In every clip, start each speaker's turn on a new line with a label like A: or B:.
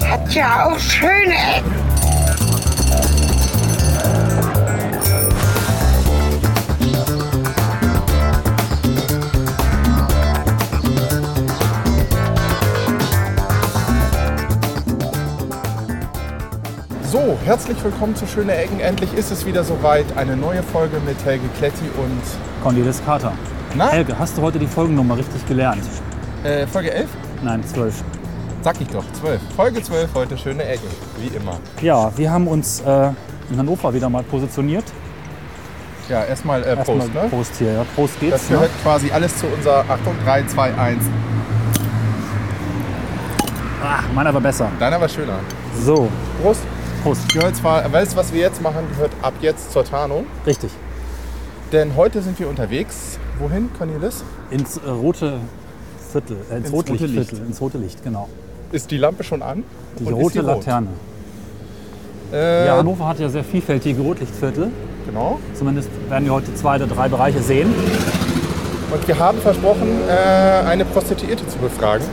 A: gibt ja auch schöne Ecken.
B: So, herzlich willkommen zu Schöne Ecken. Endlich ist es wieder soweit. Eine neue Folge mit Helge Kletti und.
C: Cornelis Carter.
B: Na?
C: Helge, hast du heute die Folgennummer richtig gelernt?
B: Äh, Folge 11?
C: Nein, 12.
B: Sag ich doch, 12. Folge 12 heute Schöne Ecken. Wie immer.
C: Ja, wir haben uns äh, in Hannover wieder mal positioniert.
B: Ja, erstmal äh,
C: Erstmal
B: Prost, ne?
C: Prost hier, ja. Prost
B: Das
C: geht's. Ne?
B: gehört quasi alles zu unserer. Achtung, 3, 2, 1.
C: Ach, Ah, meiner war besser.
B: Deiner war schöner.
C: So,
B: Prost.
C: Prost.
B: Gehört zwar, weißt du, was wir jetzt machen, gehört ab jetzt zur Tarnung.
C: Richtig.
B: Denn heute sind wir unterwegs. Wohin, Cornelis?
C: Ins äh, rote Viertel, äh, ins,
B: Ins rote
C: Rotlichtviertel,
B: Licht.
C: ins rote Licht, genau.
B: Ist die Lampe schon an?
C: Die
B: Und ist
C: rote
B: sie rot?
C: Laterne.
B: Äh,
C: Ja, Hannover hat ja sehr vielfältige Rotlichtviertel.
B: Genau.
C: Zumindest werden wir heute zwei oder drei Bereiche sehen.
B: Und wir haben versprochen, äh, eine Prostituierte zu befragen.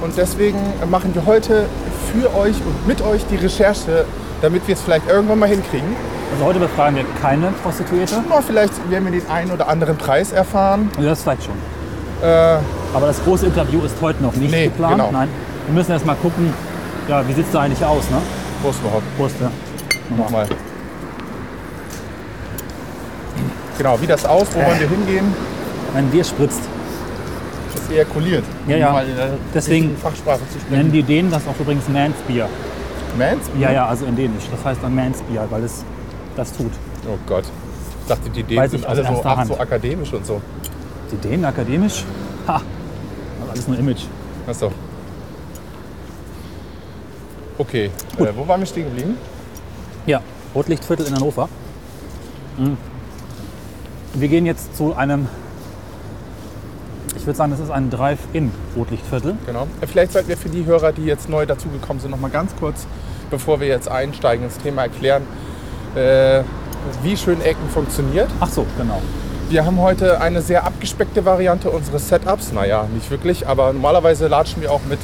B: Und deswegen machen wir heute für euch und mit euch die Recherche, damit wir es vielleicht irgendwann mal hinkriegen.
C: Also heute befragen wir keine Prostituierte.
B: Mal vielleicht werden wir den einen oder anderen Preis erfahren.
C: Ja, das vielleicht schon. Aber das große Interview ist heute noch nicht
B: Äh. Nee,
C: geplant.
B: genau.
C: Nein. Wir müssen erst mal gucken, ja, wie sieht es da eigentlich aus, ne?
B: Prost überhaupt.
C: Prost, ja.
B: Nochmal. Genau, wie das aus, wo wollen wir hingehen?
C: Ein Bier spritzt.
B: Ist ejakuliert.
C: Ja, ja.
B: Um Mal in der
C: Deswegen
B: richtigen Fachsprache zu
C: Nennen
B: sprechen.
C: die Dänen das auch übrigens Mansbier.
B: Mans?
C: Ja, ja, also in Dänisch. Das heißt ein Mansbier, weil es das tut.
B: Oh Gott. Ich dachte, die Ideen
C: Weiß
B: sind
C: ich
B: alle
C: aus
B: so,
C: erster
B: ach,
C: Hand.
B: so akademisch und so.
C: Die Dänen akademisch? Ha! Also alles nur Image.
B: Achso. Okay, äh, wo waren wir stehen geblieben?
C: Ja, Rotlichtviertel in Hannover. Mhm. Wir gehen jetzt zu einem, ich würde sagen, das ist ein Drive-In-Rotlichtviertel.
B: Genau. Äh, Vielleicht sollten wir für die Hörer, die jetzt neu dazugekommen sind, noch mal ganz kurz, bevor wir jetzt einsteigen ins Thema, erklären, äh, wie schön Ecken funktioniert.
C: Ach so, genau.
B: Wir haben heute eine sehr abgespeckte Variante unseres Setups. Naja, nicht wirklich, aber normalerweise latschen wir auch mit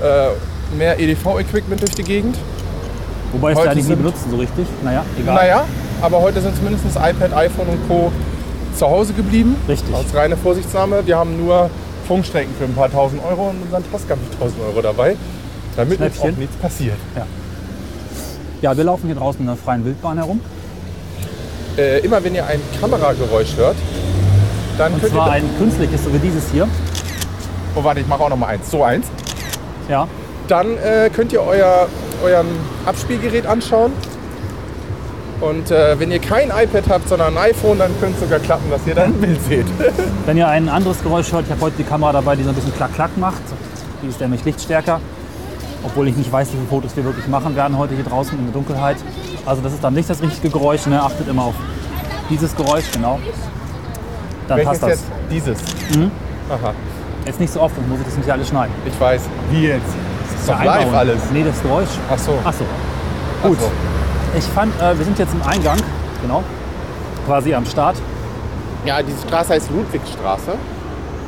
B: äh, mehr EDV-Equipment durch die Gegend.
C: Wobei es
B: Heute
C: ja eigentlich nie
B: sind-
C: benutzen, so richtig. Naja, egal.
B: Naja, aber heute sind zumindest iPad, iPhone und Co. zu Hause geblieben.
C: Richtig.
B: Aus reiner Vorsichtsnahme. Wir haben nur Funkstrecken für ein paar tausend Euro und unseren Tasker mit tausend Euro dabei, damit uns auch
C: Schnäppchen.
B: nichts passiert.
C: Ja, wir laufen hier draußen in der freien Wildbahn herum.
B: Äh, immer wenn ihr ein Kamerageräusch hört, dann
C: Und
B: könnt
C: zwar
B: ihr...
C: ein künstliches, so wie dieses hier.
B: Oh, warte, ich mache auch noch mal eins. So eins.
C: Ja,
B: Dann äh, könnt ihr euer, euren Abspielgerät anschauen. Und äh, wenn ihr kein iPad habt, sondern ein iPhone, dann könnte es sogar klappen, dass ihr dann ein Bild seht.
C: Wenn ihr ein anderes Geräusch hört, ich habe heute die Kamera dabei, die so ein bisschen klack-klack macht. Die ist nämlich lichtstärker. Obwohl ich nicht weiß, wie viele Fotos wir wirklich machen werden heute hier draußen in der Dunkelheit. Also das ist dann nicht das richtige Geräusch. Ne? Achtet immer auf dieses Geräusch, genau. Dann passt das. Mhm.
B: jetzt? Dieses. Aha,
C: Jetzt nicht so oft, sonst muss ich das nicht alles schneiden.
B: ich weiß. Wie jetzt? Das ist doch
C: Ja,
B: live
C: einbauen.
B: alles.
C: Nee, das Geräusch.
B: Ach so.
C: Ach so.
B: Ach
C: Gut.
B: so.
C: Ich fand, äh, wir sind jetzt im Eingang, genau, quasi am Start,
B: Ja, diese Straße heißt Ludwigstraße.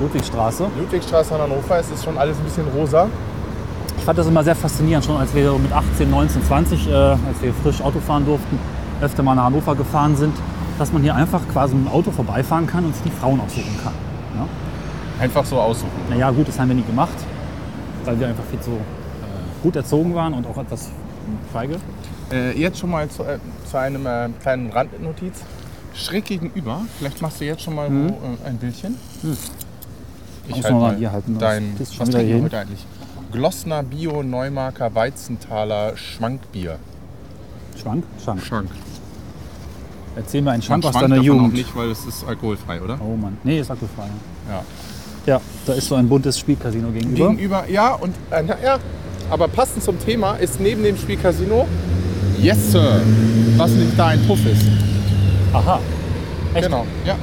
C: Ludwigstraße.
B: Ludwigstraße in Hannover, es ist schon alles ein bisschen rosa.
C: Ich fand das immer sehr faszinierend, schon als wir mit 18, 19, 20, äh, als wir frisch Auto fahren durften, öfter mal nach Hannover gefahren sind, dass man hier einfach quasi mit dem Auto vorbeifahren kann und sich die Frauen aussuchen kann. Ja?
B: Einfach so aussuchen.
C: Naja, gut, das haben wir nie gemacht, weil wir einfach viel zu äh, gut erzogen waren und auch etwas hm, feige.
B: Äh, jetzt schon mal zu, äh, zu einem äh, kleinen Randnotiz. Schräg gegenüber, vielleicht machst du jetzt schon mal wo, äh, ein Bildchen. Ich
C: Muss
B: halt
C: man mal hier halten, sonst
B: dein,
C: kriegst du schon
B: was
C: wieder
B: trinken wir
C: hin.
B: heute eigentlich? Glossner Bio Neumarker Weizenthaler Schwankbier.
C: Schwank? Schwank.
B: Schwank.
C: Erzähl mir einen Schwank aus
B: Schwank
C: deiner
B: darf man auch
C: Jugend.
B: nicht, weil es ist alkoholfrei, oder?
C: Oh Mann, nee, ist abgefallen.
B: Ja.
C: Ja, da ist so ein buntes Spielcasino gegenüber.
B: Gegenüber, ja, und äh, na, ja, aber passend zum Thema ist neben dem Spiel Casino Yes Sir, was nicht da ein Puff ist.
C: Aha, Echt?
B: Genau, ja.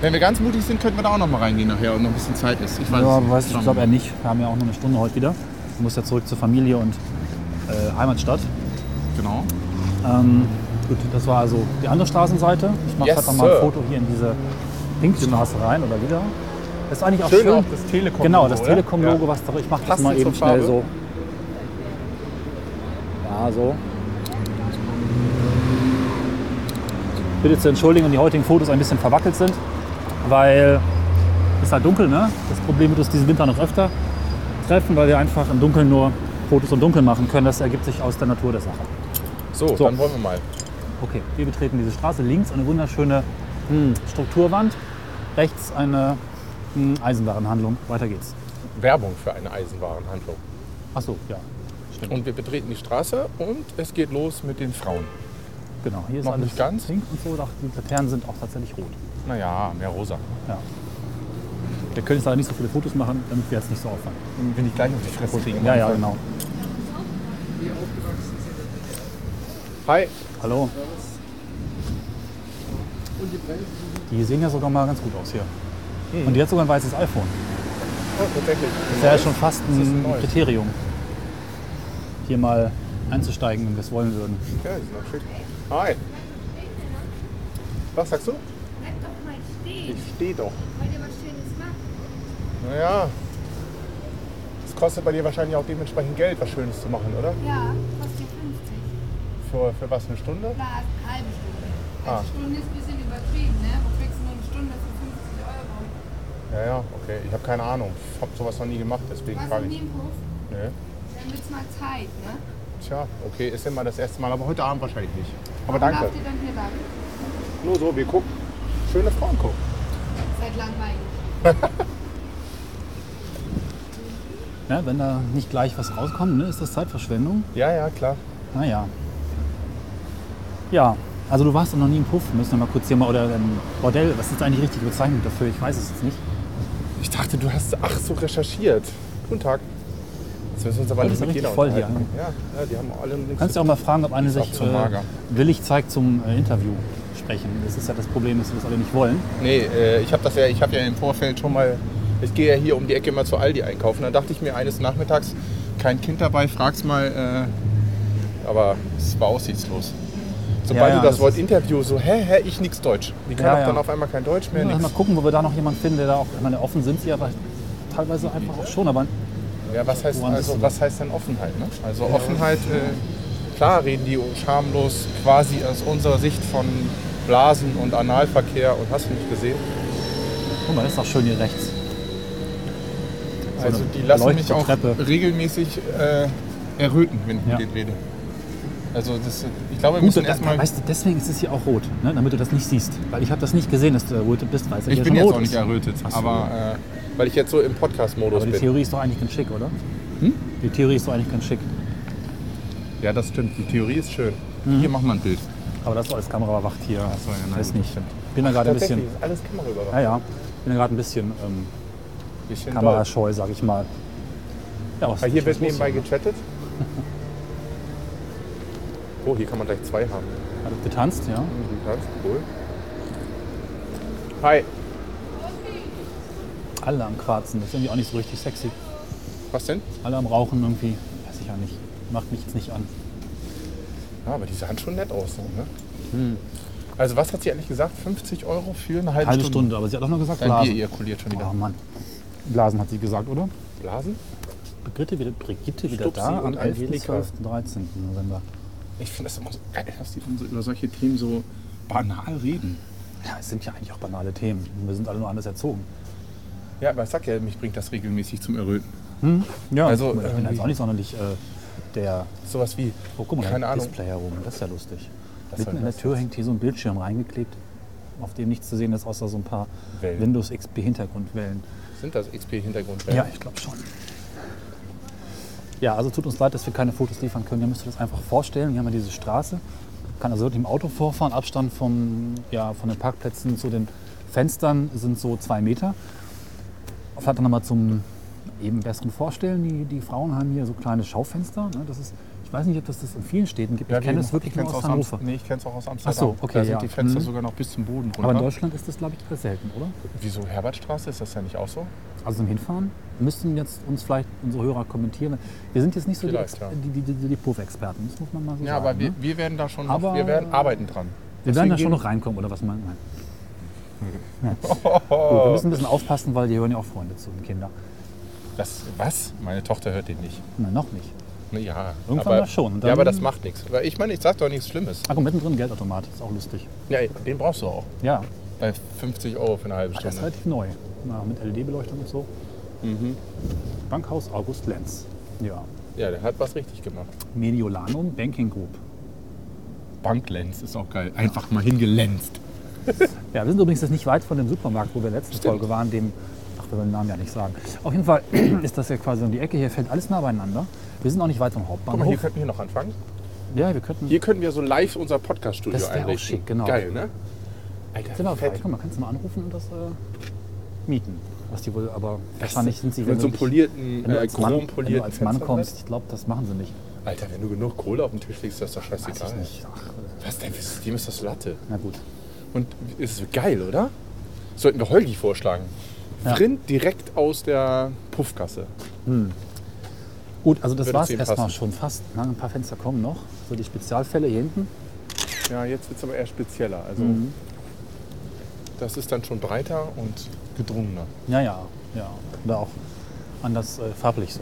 B: Wenn wir ganz mutig sind, könnten wir da auch noch mal reingehen nachher und noch ein bisschen Zeit ist. Ich weiß es
C: ja,
B: nicht.
C: weiß ich
B: Schauen
C: glaube
B: wir
C: er
B: mal.
C: nicht. Wir haben ja auch nur eine Stunde heute wieder. Du musst ja zurück zur Familie und äh, Heimatstadt.
B: Genau.
C: Ähm, gut, das war also die andere Straßenseite. Ich mache
B: Yes,
C: gerade noch mal
B: sir.
C: ein Foto hier in diese Pinkstraße rein oder wieder. Das ist eigentlich auch
B: Schön
C: schön.
B: auch das Telekom-Logo,
C: Genau, das
B: oder?
C: Telekom-Logo,
B: Ja.
C: was doch. Ich mache das
B: Passt
C: mal
B: zur
C: eben schnell
B: Farbe.
C: so Ja, so. Bitte zu entschuldigen, wenn die heutigen Fotos ein bisschen verwackelt sind, weil es ist halt dunkel, ne? Das Problem wird uns diesen Winter noch öfter treffen, weil wir einfach im Dunkeln nur Fotos im Dunkeln machen können. Das ergibt sich aus der Natur der Sache.
B: So,
C: So.
B: dann wollen wir mal.
C: Okay, wir betreten diese Straße. Links eine wunderschöne hm, Strukturwand, rechts eine hm, Eisenwarenhandlung. Weiter geht's.
B: Werbung für eine Eisenwarenhandlung.
C: Ach so, ja, stimmt.
B: Und wir betreten die Straße und es geht los mit den Frauen.
C: genau, hier ist
B: noch
C: alles
B: nicht ganz?
C: pink und so. Doch, die Laternen sind auch tatsächlich rot.
B: Naja, mehr rosa.
C: Ja. Wir können jetzt leider nicht so viele Fotos machen, damit wir jetzt nicht so auffallen.
B: Dann bin ich gleich auf die Fresse kriegen.
C: Ja, ja, genau.
B: Hi.
C: Hallo. Die sehen ja sogar mal ganz gut aus hier.
B: Hm.
C: Und die hat sogar ein weißes iPhone.
B: Oh, tatsächlich.
C: Das wäre ja schon fast
B: Das ist
C: ein
B: neu.
C: Kriterium, hier mal einzusteigen, wenn wir es wollen würden.
B: Ja, die sind auch schick. Hi. Was sagst du?
D: Bleib doch mal stehen.
B: Ich stehe doch.
D: Wollt ihr was Schönes machen?
B: Naja. Das kostet bei dir wahrscheinlich auch dementsprechend Geld, was Schönes zu machen, oder?
D: Ja, kostet 50.
B: Für, für was, eine Stunde?
D: Klar, eine halbe Stunde.
B: Ah.
D: Eine Stunde ist ein bisschen übertrieben, ne? Wo kriegst du nur eine Stunde für 50 Euro?
B: Ja, ja, okay. Ich habe keine Ahnung. Ich habe sowas noch nie gemacht, deswegen
D: Was
B: frage
D: im
B: ich.
D: Nebenhof?
B: Nee.
D: Dann wird's mal Zeit, ne?
B: Tja, okay, ist immer das erste Mal, aber heute Abend wahrscheinlich nicht. Aber
D: Darf
B: danke.
D: ihr dann hier warten?
B: Nur so, wir gucken. Schöne Frauen gucken.
D: Seid langweilig.
C: Ne, wenn da nicht gleich was rauskommt, ne, ist das Zeitverschwendung.
B: Ja, ja, klar.
C: Naja. Ja, also du warst doch noch nie im Puff. Wir müssen noch mal kurz hier mal, oder im Bordell, was ist eigentlich die richtige Bezeichnung dafür? Ich weiß es jetzt nicht.
B: Ich dachte, du hast ach so recherchiert. Guten Tag. Jetzt müssen wir uns aber
C: Heute
B: nicht
C: ist
B: mit
C: richtig
B: jeder
C: voll hier,
B: unterhalten. Ja, ja, die haben alle nichts.
C: kannst ja auch mal fragen, ob eine
B: Ist auch
C: sich
B: zu
C: äh,
B: mager.
C: willig zeigt zum äh, Interview sprechen. Das ist ja das Problem, dass wir das alle nicht wollen.
B: Nee, äh, ich habe das ja, ich habe ja im Vorfeld schon mal. Ich gehe ja hier um die Ecke immer zu Aldi einkaufen. Dann dachte ich mir eines Nachmittags, kein Kind dabei, frag's mal. Äh, aber es war aussichtslos. Sobald
C: ja,
B: du das,
C: das
B: Wort Interview so, hä, hä, ich nix Deutsch. Die kann
C: Ja,
B: auch
C: ja.
B: dann auf einmal kein Deutsch mehr,
C: Ja, mal
B: nix.
C: gucken, wo wir da noch jemanden finden, der da auch, ich meine, offen sind sie aber teilweise einfach auch schon, aber
B: Ja, was heißt,
C: Woran bist
B: also,
C: du?
B: was heißt denn Offenheit? Ne? Also Offenheit, äh, klar reden die schamlos quasi aus unserer Sicht von Blasen und Analverkehr und hast du nicht gesehen.
C: guck mal, das ist doch schön hier rechts. So
B: Also
C: eine
B: die lassen mich
C: beleuchtete
B: auch
C: Treppe.
B: regelmäßig äh, erröten, wenn ich
C: Ja.
B: mit denen rede. Also das, ich glaube, wir
C: Gut,
B: müssen
C: da,
B: erstmal...
C: weißt du, deswegen ist es hier auch rot, ne? damit du das nicht siehst. Weil ich habe das nicht gesehen, dass du errötet bist, weil es ja
B: Ich
C: hier
B: bin
C: schon
B: jetzt
C: rot
B: auch nicht
C: ist.
B: errötet,
C: Ach so.
B: aber äh, weil ich jetzt so im Podcast-Modus
C: Aber die
B: bin.
C: Theorie ist doch eigentlich ganz schick, oder?
B: Hm?
C: Die Theorie ist doch eigentlich ganz schick.
B: Ja, das stimmt. Die Theorie ist schön.
C: Mhm.
B: Hier machen wir ein Bild.
C: Aber das war als Kamera wacht hier.
B: Ach so, ja, nein,
C: Weiß
B: gut,
C: nicht.
B: stimmt.
C: Bin da gerade ein bisschen.
B: Tatsächlich, ist alles Kameraüberwachung.
C: Ja, ja. Bin da gerade ein bisschen ähm,
B: Bisschen doll.
C: kamerascheu, sag ich mal. Ja, was
B: Ah, hier
C: was
B: wird
C: los
B: nebenbei
C: hier?
B: gechattet. Oh, hier kann man gleich zwei haben.
C: Hat getanzt, ja.
B: Ganz cool. Hi,
C: Alle am Quarzen. Das ist irgendwie auch nicht so richtig sexy.
B: was denn?
C: Alle am Rauchen irgendwie. Weiß ich ja nicht. Macht mich jetzt nicht an.
B: Ja, aber die sahen schon nett aus. so, Ne?
C: Hm.
B: Also was hat sie eigentlich gesagt? 50 Euro für eine halbe,
C: Halbe Stunde, aber sie hat auch noch gesagt,
B: Dein Bier
C: Blasen.
B: ejakuliert schon wieder.
C: Oh Mann. Blasen hat sie gesagt, oder?
B: Blasen?
C: Brigitte wieder, Brigitte wieder
B: Stupsi
C: da am
B: und
C: 11.,
B: Angelika.
C: 12., 13. November.
B: Ich finde das immer so geil, dass die dann so über solche Themen so banal reden.
C: Ja, es sind ja eigentlich auch banale Themen. Wir sind alle nur anders erzogen.
B: Ja, aber ich sag ja, mich bringt das regelmäßig zum Erröten.
C: Ja,
B: Also,
C: also, ich bin
B: irgendwie-
C: jetzt auch nicht sonderlich äh, der.
B: Sowas wie,
C: Oh, guck
B: keine
C: mal, da hängt ein
B: Ahnung.
C: Display herum. Das ist ja lustig.
B: Was soll
C: Mitten in der
B: das
C: Tür hängt hier so ein Bildschirm reingeklebt, auf dem nichts zu sehen ist, außer so ein paar
B: Wellen.
C: Windows XP Hintergrundwellen.
B: Sind das XP-Hintergrundwellen?
C: Ja, ich glaube schon. Ja, also tut uns leid, dass wir keine Fotos liefern können. Ihr müsst euch das einfach vorstellen. Wir haben ja diese Straße. Kann also wirklich im Auto vorfahren. Abstand vom, ja, von den Parkplätzen zu den Fenstern sind so zwei Meter. Vielleicht dann nochmal zum eben besseren Vorstellen. Die, die Frauen haben hier so kleine Schaufenster. Ne? Das ist, ich weiß nicht, ob das das in vielen Städten gibt. ich kenne das wirklich nur aus Hannover.
B: Nee, ich kenne es auch aus Amsterdam.
C: Ach so, okay,
B: Da sind
C: ja.
B: die Fenster
C: Mhm.
B: sogar noch bis zum Boden runter.
C: Aber in Deutschland ist das, glaube ich, eher selten, oder?
B: Wieso Herbertstraße? Ist das ja nicht auch so?
C: Also zum Hinfahren müssten jetzt uns vielleicht unsere Hörer kommentieren. Wir sind jetzt nicht so die,
B: Vielleicht,
C: Ex
B: ja.
C: die, die, die, die Profi-Experten, das muss man mal so
B: Ja,
C: sagen.
B: aber wir,
C: ne?
B: wir werden da schon noch,
C: Aber-
B: wir werden arbeiten dran.
C: wir werden da schon
B: deswegen-
C: noch reinkommen, oder was meint man? Ja. Gut, wir müssen ein bisschen aufpassen, weil die hören ja auch Freunde zu und Kinder.
B: Das, was? Meine Tochter hört den nicht.
C: Nein, noch nicht.
B: Ne, Ja,
C: Irgendwann
B: aber,
C: mal schon, und
B: Ja, aber
C: dann-
B: das macht nichts. Weil Ich meine, ich sag doch nichts Schlimmes.
C: Ach, und mittendrin Geldautomat, ist auch lustig.
B: Ja, den brauchst du auch.
C: Ja,
B: Bei 50 Euro für eine halbe
C: das ist
B: Stunde.
C: relativ neu. Na, mit LED-Beleuchtung und so.
B: Mhm.
C: Bankhaus August Lenz. Ja.
B: Ja, der hat was richtig gemacht.
C: Mediolanum Banking Group.
B: Banklens ist auch geil. Einfach mal hingelenzt.
C: Ja, wir sind übrigens jetzt nicht weit von dem Supermarkt, wo wir letzte Folge waren, dem, ach, wir wollen den Namen ja nicht sagen. Auf jeden Fall ist das ja quasi um die Ecke, hier fällt alles nah beieinander. Wir sind auch nicht weit vom
B: Guck mal, hier
C: Hauptbahnhof.
B: könnten wir noch anfangen.
C: Ja, wir könnten.
B: Hier können wir so live unser Podcast-Studio
C: Das wär auch
B: einrichten.
C: schick, genau.
B: Geil, ne? Alter,
C: Zimmer frei.
B: fett.
C: Guck mal, kannst du mal anrufen und das äh, mieten. Was die wohl, aber wahrscheinlich sind sie, wenn
B: Mit so
C: du
B: einem
C: dich-
B: polierten,
C: wenn du
B: äh,
C: als Mann,
B: chrompolierten
C: wenn du als Mann
B: Fensterbrett.
C: kommst, ich glaube, das machen sie nicht.
B: Alter, wenn du genug Kohle auf den Tisch legst, das ist doch scheißegal.
C: Weiß ich nicht. Ach,
B: Was denn? Für System ist das Latte?
C: na gut.
B: Und ist geil, oder? Sollten wir Holgi vorschlagen.
C: Ja.
B: Drin direkt aus der Puffkasse.
C: Gut, also das
B: Würde
C: war es
B: zu ihm
C: erstmal
B: passen.
C: schon fast. Na, ein paar Fenster kommen noch. So die Spezialfälle hier hinten.
B: Ja, jetzt wird es aber eher spezieller. Also das ist dann schon breiter und gedrungener.
C: Ja, ja, ja. Oder auch anders äh, farblich so.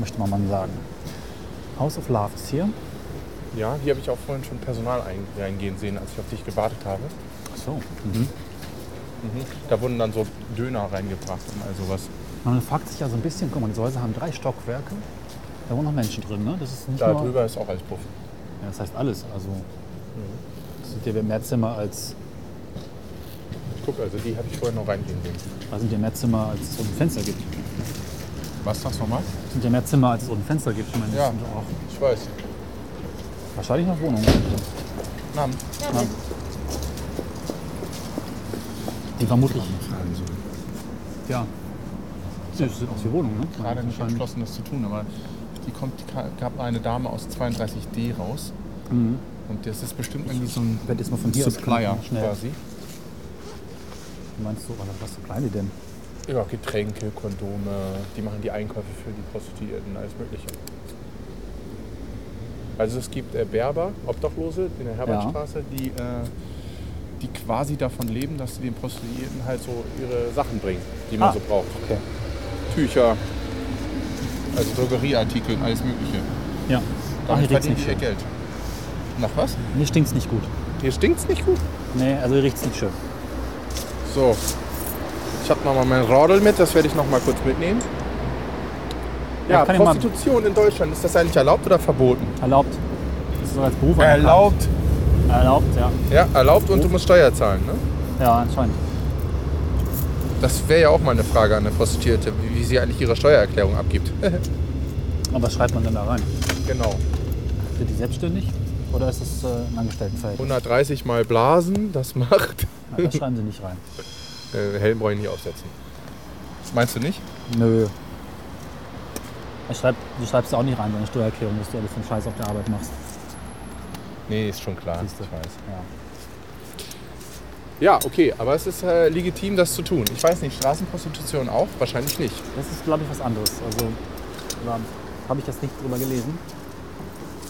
C: Möchte man mal sagen. House of Love ist hier.
B: Ja, hier habe ich auch vorhin schon Personal ein- reingehen sehen, als ich auf dich gewartet habe.
C: Ach so. Mhm.
B: Da wurden dann so Döner reingebracht und all sowas.
C: Man fragt sich ja so ein bisschen, guck mal, diese Häuser haben drei Stockwerke. Da wohnen noch Menschen drin, ne? Das ist nicht
B: Da
C: nur,
B: drüber ist auch alles Puff.
C: Ja, das heißt alles. Also
B: Mhm.
C: das sind ja mehr Zimmer als,
B: Guck, also die habe ich vorhin noch reingehen sehen.
C: da sind ja mehr Zimmer als es unten Fenster gibt.
B: Was das nochmal?
C: Das sind ja mehr Zimmer als es unten Fenster gibt. Ich meine, das
B: Ja.
C: sind auch
B: Ich weiß.
C: wahrscheinlich noch Wohnungen.
B: Namen.
C: Die vermutlich. Ja. Das sind auch die Wohnungen, ne?
B: Gerade nicht
C: Wahrscheinlich.
B: entschlossen, das zu tun, aber die kommt, gab eine Dame aus 32D raus. Und das ist bestimmt irgendwie so ein
C: werde Mhm. jetzt mal von hier aus
B: Supplier
C: gucken, schnell.
B: quasi.
C: Meinst du, was so klein die denn?
B: Ja, Getränke, Kondome, die machen die Einkäufe für die Prostituierten, alles Mögliche. Also es gibt äh, Berber, Obdachlose in der Herbertstraße, die, äh, die quasi davon leben, dass sie den Prostituierten halt so ihre Sachen bringen, die man
C: Ah,
B: so braucht.
C: okay.
B: Tücher, also Drogerieartikel, alles Mögliche.
C: Ja. Ach, hier
B: Damit
C: riecht's
B: verdienen
C: nicht
B: die ihr
C: schön.
B: Geld. Nach was?
C: Hier stinkt's nicht gut.
B: Hier stinkt's nicht gut.
C: Nee, also hier riecht's nicht schön.
B: So, ich habe nochmal mein Radl mit, das werde ich nochmal kurz mitnehmen. Ja,
C: Ja, kann ich mal-
B: Prostitution in Deutschland, ist das eigentlich erlaubt oder verboten?
C: Erlaubt. Das ist so als Beruf anerkannt.
B: Erlaubt.
C: Erlaubt, ja.
B: Ja, erlaubt
C: Oh.
B: und du musst Steuer zahlen. Ne?
C: Ja, anscheinend.
B: Das wäre ja auch mal eine Frage an eine Prostituierte, wie wie sie eigentlich ihre Steuererklärung abgibt.
C: Und was schreibt man denn da rein?
B: genau.
C: Sind die selbstständig oder ist es äh, ein Angestelltenverhältnis?
B: 130 mal Blasen, das macht.
C: Ja, das schreiben sie nicht rein.
B: Äh, Helmbräu nicht aufsetzen. Meinst du nicht?
C: Nö. Ich schreib, du schreibst ja auch nicht rein, deine Steuererklärung, dass du alles den Scheiß auf der Arbeit machst.
B: Nee, ist schon klar.
C: Siehst du.
B: Ich weiß.
C: Ja.
B: Ja, okay, aber es ist äh, legitim, das zu tun. Ich weiß nicht, Straßenprostitution auch? Wahrscheinlich nicht.
C: Das ist, glaube ich, was anderes. Also, da habe ich jetzt nicht drüber gelesen.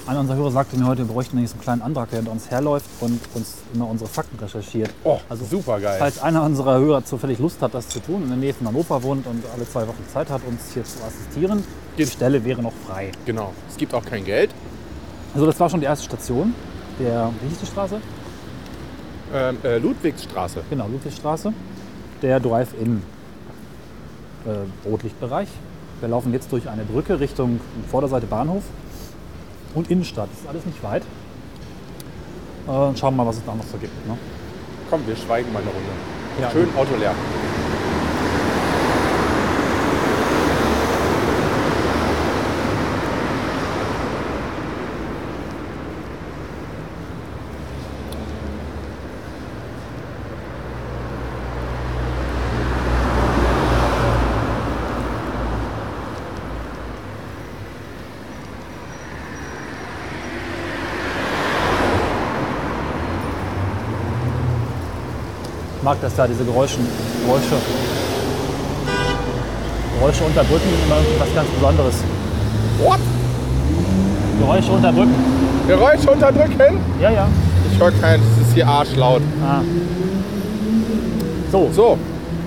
C: Einer unserer Hörer sagte mir heute, wir bräuchten eigentlich so einen kleinen Antrag, der hinter uns herläuft und uns immer unsere Fakten recherchiert.
B: Oh,
C: Also,
B: super geil.
C: Falls einer unserer Hörer zufällig Lust hat, das zu tun, in der Nähe von Hannover wohnt und alle zwei Wochen Zeit hat, uns hier zu assistieren, die
B: Geht.
C: Stelle wäre noch frei.
B: Genau. Es gibt auch kein Geld.
C: Also das war schon die erste Station der, wie hieß die Straße?
B: Ähm, äh, Ludwigsstraße.
C: Genau, Ludwigstraße, der Drive-In äh, Rotlichtbereich. Wir laufen jetzt durch eine Brücke Richtung Vorderseite Bahnhof und Innenstadt. Das ist alles nicht weit. Äh, und schauen wir mal, was es da noch so gibt. Ne?
B: Komm, wir schweigen mal eine Runde.
C: Ja.
B: Schön Auto leer.
C: Ich mag das ja, diese Geräusche, Geräusche. Geräusche unterdrücken, immer irgendwie was ganz Besonderes.
B: What?
C: Geräusche unterdrücken?
B: Geräusche unterdrücken?
C: Ja, ja.
B: Ich höre keinen, das ist hier arschlaut.
C: Ah. So,
B: So,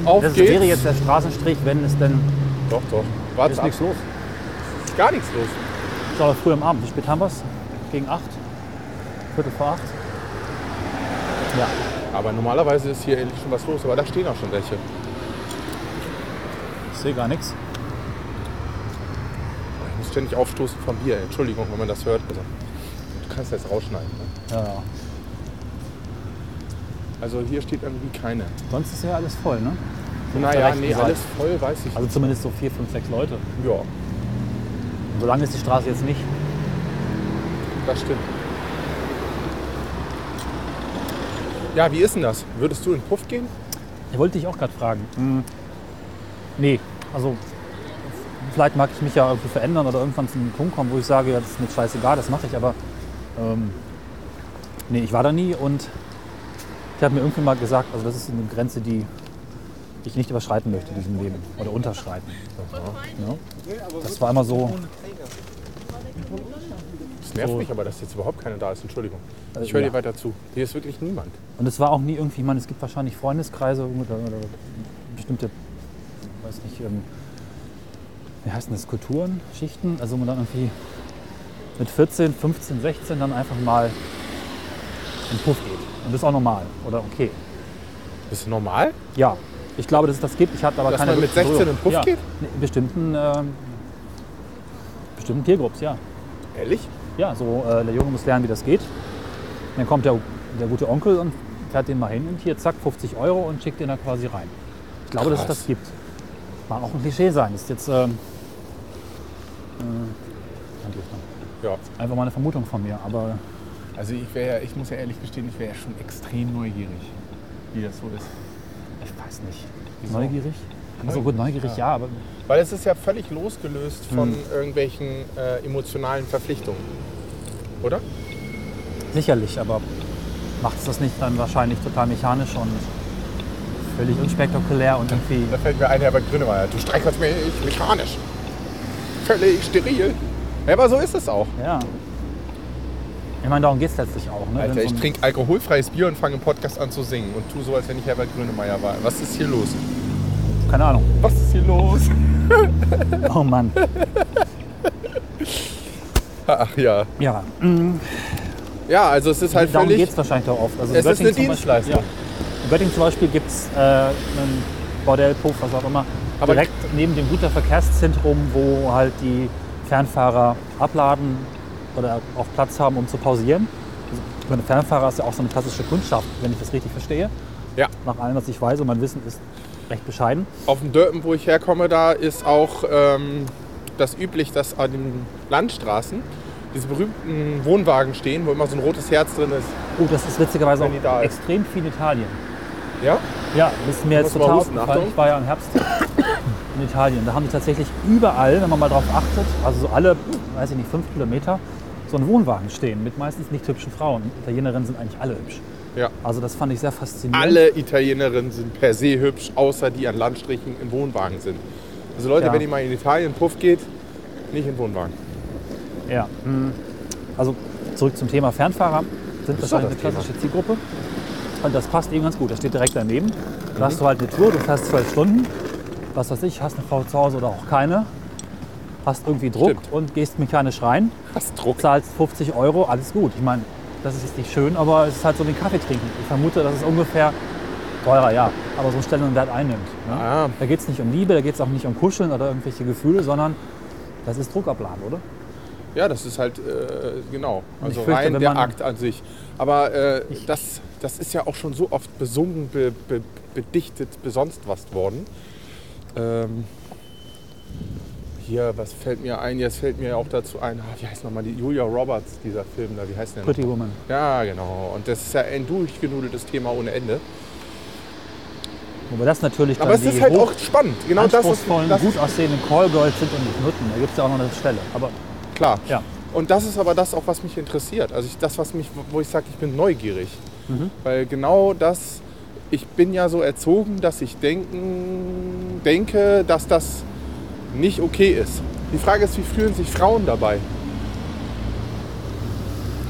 B: auf
C: das
B: geht's.
C: wäre jetzt der Straßenstrich, wenn es denn
B: Doch, doch. Warte
C: ist
B: ab.
C: nichts los.
B: ist gar nichts los.
C: Ist aber früh am Abend. Wie spät haben wir es? Gegen acht? Viertel vor acht? Ja.
B: Aber normalerweise ist hier endlich schon was los, aber da stehen auch schon welche.
C: Ich sehe gar nichts.
B: Ich muss ständig aufstoßen vom Bier. Entschuldigung, wenn man das hört. Also, du kannst das jetzt rausschneiden. Ne?
C: Ja, ja.
B: Also hier steht irgendwie keine.
C: Sonst ist ja alles voll, ne? der
B: Naja,
C: rechten
B: nee,
C: Seite.
B: alles voll, weiß ich
C: Also zumindest so vier, fünf, sechs Leute.
B: nicht. Ja,
C: So lang ist die Straße jetzt nicht.
B: das stimmt. Ja, wie ist denn das? Würdest du in Puff gehen?
C: Ich wollte dich auch gerade fragen. Hm, nee, also vielleicht mag ich mich ja irgendwie verändern oder irgendwann zu einem Punkt kommen, wo ich sage, ja, das ist mir scheißegal, das mache ich, aber ähm, nee, ich war da nie und ich habe mir irgendwie mal gesagt, also das ist eine Grenze, die ich nicht überschreiten möchte in diesem Leben oder unterschreiten. Ja? ne? Das war immer so,
B: Das nervt
C: So.
B: mich aber, dass jetzt überhaupt keiner da ist. Entschuldigung. Ich
C: Also,
B: höre
C: ja.
B: dir weiter zu. Hier ist wirklich niemand.
C: Und es war auch nie irgendwie, ich meine, es gibt wahrscheinlich Freundeskreise oder, oder bestimmte, weiß nicht, ähm, wie heißen das, Kulturen, Schichten, also wo man dann irgendwie mit 14, 15, 16 dann einfach mal in den Puff geht. Und das ist auch normal oder okay.
B: Ist das normal?
C: Ja, ich glaube, dass es das gibt. Ich hatte aber
B: Dass
C: keine
B: man mit
C: wirkliche
B: 16 in den Puff
C: ja.
B: geht?
C: nee, In bestimmten, ähm, bestimmten Tiergruppen, ja.
B: Ehrlich?
C: Ja, so äh, der Junge muss lernen, wie das geht. Dann kommt der, der gute Onkel und fährt den mal hin und hier zack 50 Euro und schickt den da quasi rein. Ich glaube, dass es
B: Krass.
C: das gibt. Mag auch ein Klischee sein. Ist jetzt ähm, äh,
B: Ja.
C: einfach mal eine Vermutung von mir. Aber
E: Also ich wäre, ich muss ja ehrlich gestehen, ich wäre ja schon extrem neugierig, wie das so ist.
C: ich weiß nicht. Neugierig? Also gut, neugierig ja, aber
B: Weil es ist ja völlig losgelöst von
E: Hm.
B: irgendwelchen äh, emotionalen Verpflichtungen. Oder?
C: sicherlich. Aber macht es das nicht dann wahrscheinlich total mechanisch und völlig unspektakulär und irgendwie.
B: Da fällt mir ein Herbert Grönemeyer. Du streicherst mich mechanisch. Völlig steril. Ja, aber so ist es auch.
C: Ja. Ich meine, darum geht es letztlich auch. Ne? Wenn
B: Alter,
C: so
B: ich
C: ein-
B: trinke alkoholfreies Bier und fange im Podcast an zu singen und tu so, als wenn ich Herbert Grönemeyer war. Was ist hier los?
C: Keine Ahnung.
B: Was ist hier los?
C: Oh Mann.
B: Ach ja.
C: Ja,
B: Ja, also es ist halt
C: darum geht
B: völlig.
C: es wahrscheinlich auch oft. Also in
B: Es ist
C: Göttingen
B: eine
C: zum
B: Dienstleistung.
C: Beispiel, ja. In Göttingen zum Beispiel gibt es äh, einen Bordell, Puff, was auch immer,
B: Aber-
C: direkt neben dem Güterverkehrszentrum, wo halt die Fernfahrer abladen oder auch Platz haben, um zu pausieren. Also, ich meine, Fernfahrer ist ja auch so eine klassische Kundschaft, wenn ich das richtig verstehe.
B: Ja.
C: Nach allem, was ich weiß und mein Wissen ist recht bescheiden.
B: Auf dem Dörpen, wo ich herkomme, da ist auch ähm, das üblich, dass an den Landstraßen diese berühmten Wohnwagen stehen, wo immer so ein rotes Herz drin ist.
C: Oh, das ist witzigerweise
B: Wenn die da
C: auch
B: ist.
C: extrem viel in Italien.
B: Ja?
C: Ja, das ist mir jetzt
B: Muss mal
C: total
B: husten,
C: aufgefallen.
B: Achtung.
C: Ich war ja im Herbst in Italien. Da haben die tatsächlich überall, wenn man mal drauf achtet, also so alle, weiß ich nicht, fünf Kilometer, so einen Wohnwagen stehen mit meistens nicht hübschen Frauen. Italienerinnen sind eigentlich alle hübsch.
B: Ja.
C: Also das fand ich sehr faszinierend.
B: Alle Italienerinnen sind per se hübsch, außer die an Landstrichen in Wohnwagen sind. Also Leute,
C: Ja.
B: wenn ihr mal in Italien Puff geht, nicht in Wohnwagen.
C: Ja. mm. Also zurück zum Thema Fernfahrer. Sind
B: doch
C: wahrscheinlich eine
B: das Thema.
C: klassische Zielgruppe. Und das passt eben ganz gut. Das steht direkt daneben. Da
B: Mhm.
C: hast du halt eine Tour, du fährst zwölf Stunden. Was weiß ich, hast eine Frau zu Hause oder auch keine. Hast irgendwie Druck
B: Stimmt.
C: und gehst mechanisch rein.
B: Hast Druck.
C: zahlst 50 Euro, alles gut. Ich meine, das ist jetzt nicht schön, aber es ist halt so wie Kaffee trinken. Ich vermute, dass es ungefähr teurer, ja, aber so einen Stellenwert einnimmt. Ne?
B: Ah,
C: Da geht es nicht um Liebe, da geht es auch nicht um Kuscheln oder irgendwelche Gefühle, sondern das ist Druckabladen, oder?
B: ja, das ist halt, äh, genau.
C: ich
B: Also
C: fürchte,
B: rein
C: wenn
B: der
C: man-
B: Akt an sich. Aber äh, das, das ist ja auch schon so oft besungen, be, be, bedichtet, besonst was worden. Ähm, hier, was fällt mir ein? Jetzt fällt mir auch dazu ein, ah, wie heißt nochmal die Julia Roberts, dieser Film da, wie heißt der? noch?
C: Pretty Woman.
B: Ja, genau. Und das ist ja ein durchgenudeltes Thema ohne Ende.
C: Wobei das natürlich dann
B: Aber es
C: die
B: ist halt auch
C: hoch
B: spannend. Genau das ist,
C: anspruchsvollen,
B: das
C: gut
B: ist
C: aussehenden Callgirls sind und nicht Nutten. Da gibt es ja auch noch eine Stelle. Aber
B: klar.
C: ja,
B: Und das ist aber das auch, was mich interessiert. Also ich, das, was mich, wo ich sage, ich bin neugierig.
C: Mhm.
B: Weil genau das, ich bin ja so erzogen, dass ich denken, denke, dass das nicht okay ist. Die Frage ist, wie fühlen sich Frauen dabei?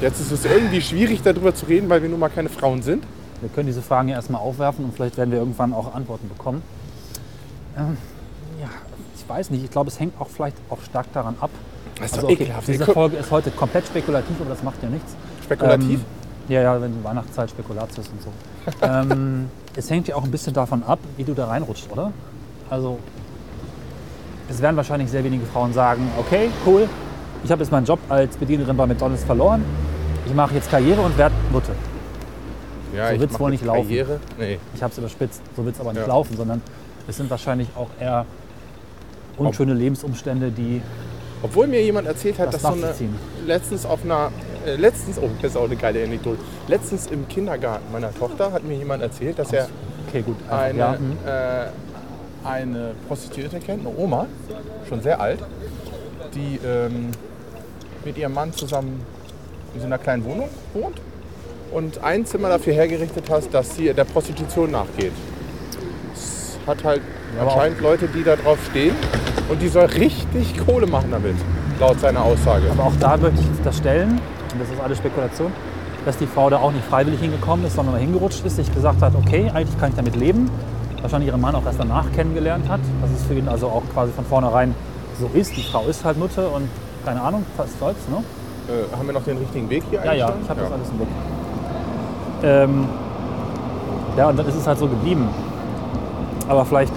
B: Jetzt ist es irgendwie schwierig, darüber zu reden, weil wir nun mal keine Frauen sind.
C: wir können diese Fragen ja erstmal aufwerfen und vielleicht werden wir irgendwann auch Antworten bekommen. Ähm, ja, ich ich weiß nicht, ich glaube, es hängt auch vielleicht auch stark daran ab.
B: Das ist
C: Also
B: doch
C: okay,
B: ekelhaft.
C: diese
B: Guck,
C: Folge ist heute komplett spekulativ, aber das macht ja nichts.
B: Spekulativ?
C: Ähm, ja, ja, wenn die Weihnachtszeit Spekulatius und so. ähm, es hängt ja auch ein bisschen davon ab, wie du da reinrutscht, oder? Also, es werden wahrscheinlich sehr wenige Frauen sagen, okay, cool, ich habe jetzt meinen Job als Bedienerin bei McDonalds verloren, ich mache jetzt Karriere und werde Mutter.
B: ja,
C: so
B: ich
C: wird's
B: mach
C: wohl
B: jetzt
C: nicht laufen.
B: Karriere. Nee.
C: ich habe es überspitzt, so wird es aber nicht
B: Ja.
C: laufen, sondern es sind wahrscheinlich auch eher unschöne Lebensumstände, die
B: Obwohl mir jemand erzählt hat, dass
C: Das
B: so eine
C: nachzuziehen.
B: letztens auf einer äh, letztens oh, das ist auch eine geile Anekdote. Letztens im Kindergarten meiner Tochter hat mir jemand erzählt, dass er
C: okay gut einfach,
B: eine,
C: ja, hm,
B: äh, eine Prostituierte kennt, eine Oma, schon sehr alt, die ähm, mit ihrem Mann zusammen in so einer kleinen Wohnung wohnt und ein Zimmer dafür hergerichtet hat, dass sie der Prostitution nachgeht. Es hat halt anscheinend Leute, die da drauf stehen und die soll richtig Kohle machen damit, laut seiner Aussage.
C: aber auch da möchte ich jetzt das stellen und das ist alles Spekulation, dass die Frau da auch nicht freiwillig hingekommen ist, sondern hingerutscht ist, sich gesagt hat, okay, eigentlich kann ich damit leben, wahrscheinlich ihren Mann auch erst danach kennengelernt hat, dass es für ihn also auch quasi von vornherein so ist, die Frau ist halt Mutter und keine Ahnung, was soll's, ne?
B: Äh, haben wir noch den richtigen Weg hier
C: Ja, ja,
B: eingeschlagen?
C: ich habe das alles im Blick. Ähm, ja, und dann ist es halt so geblieben. Aber vielleicht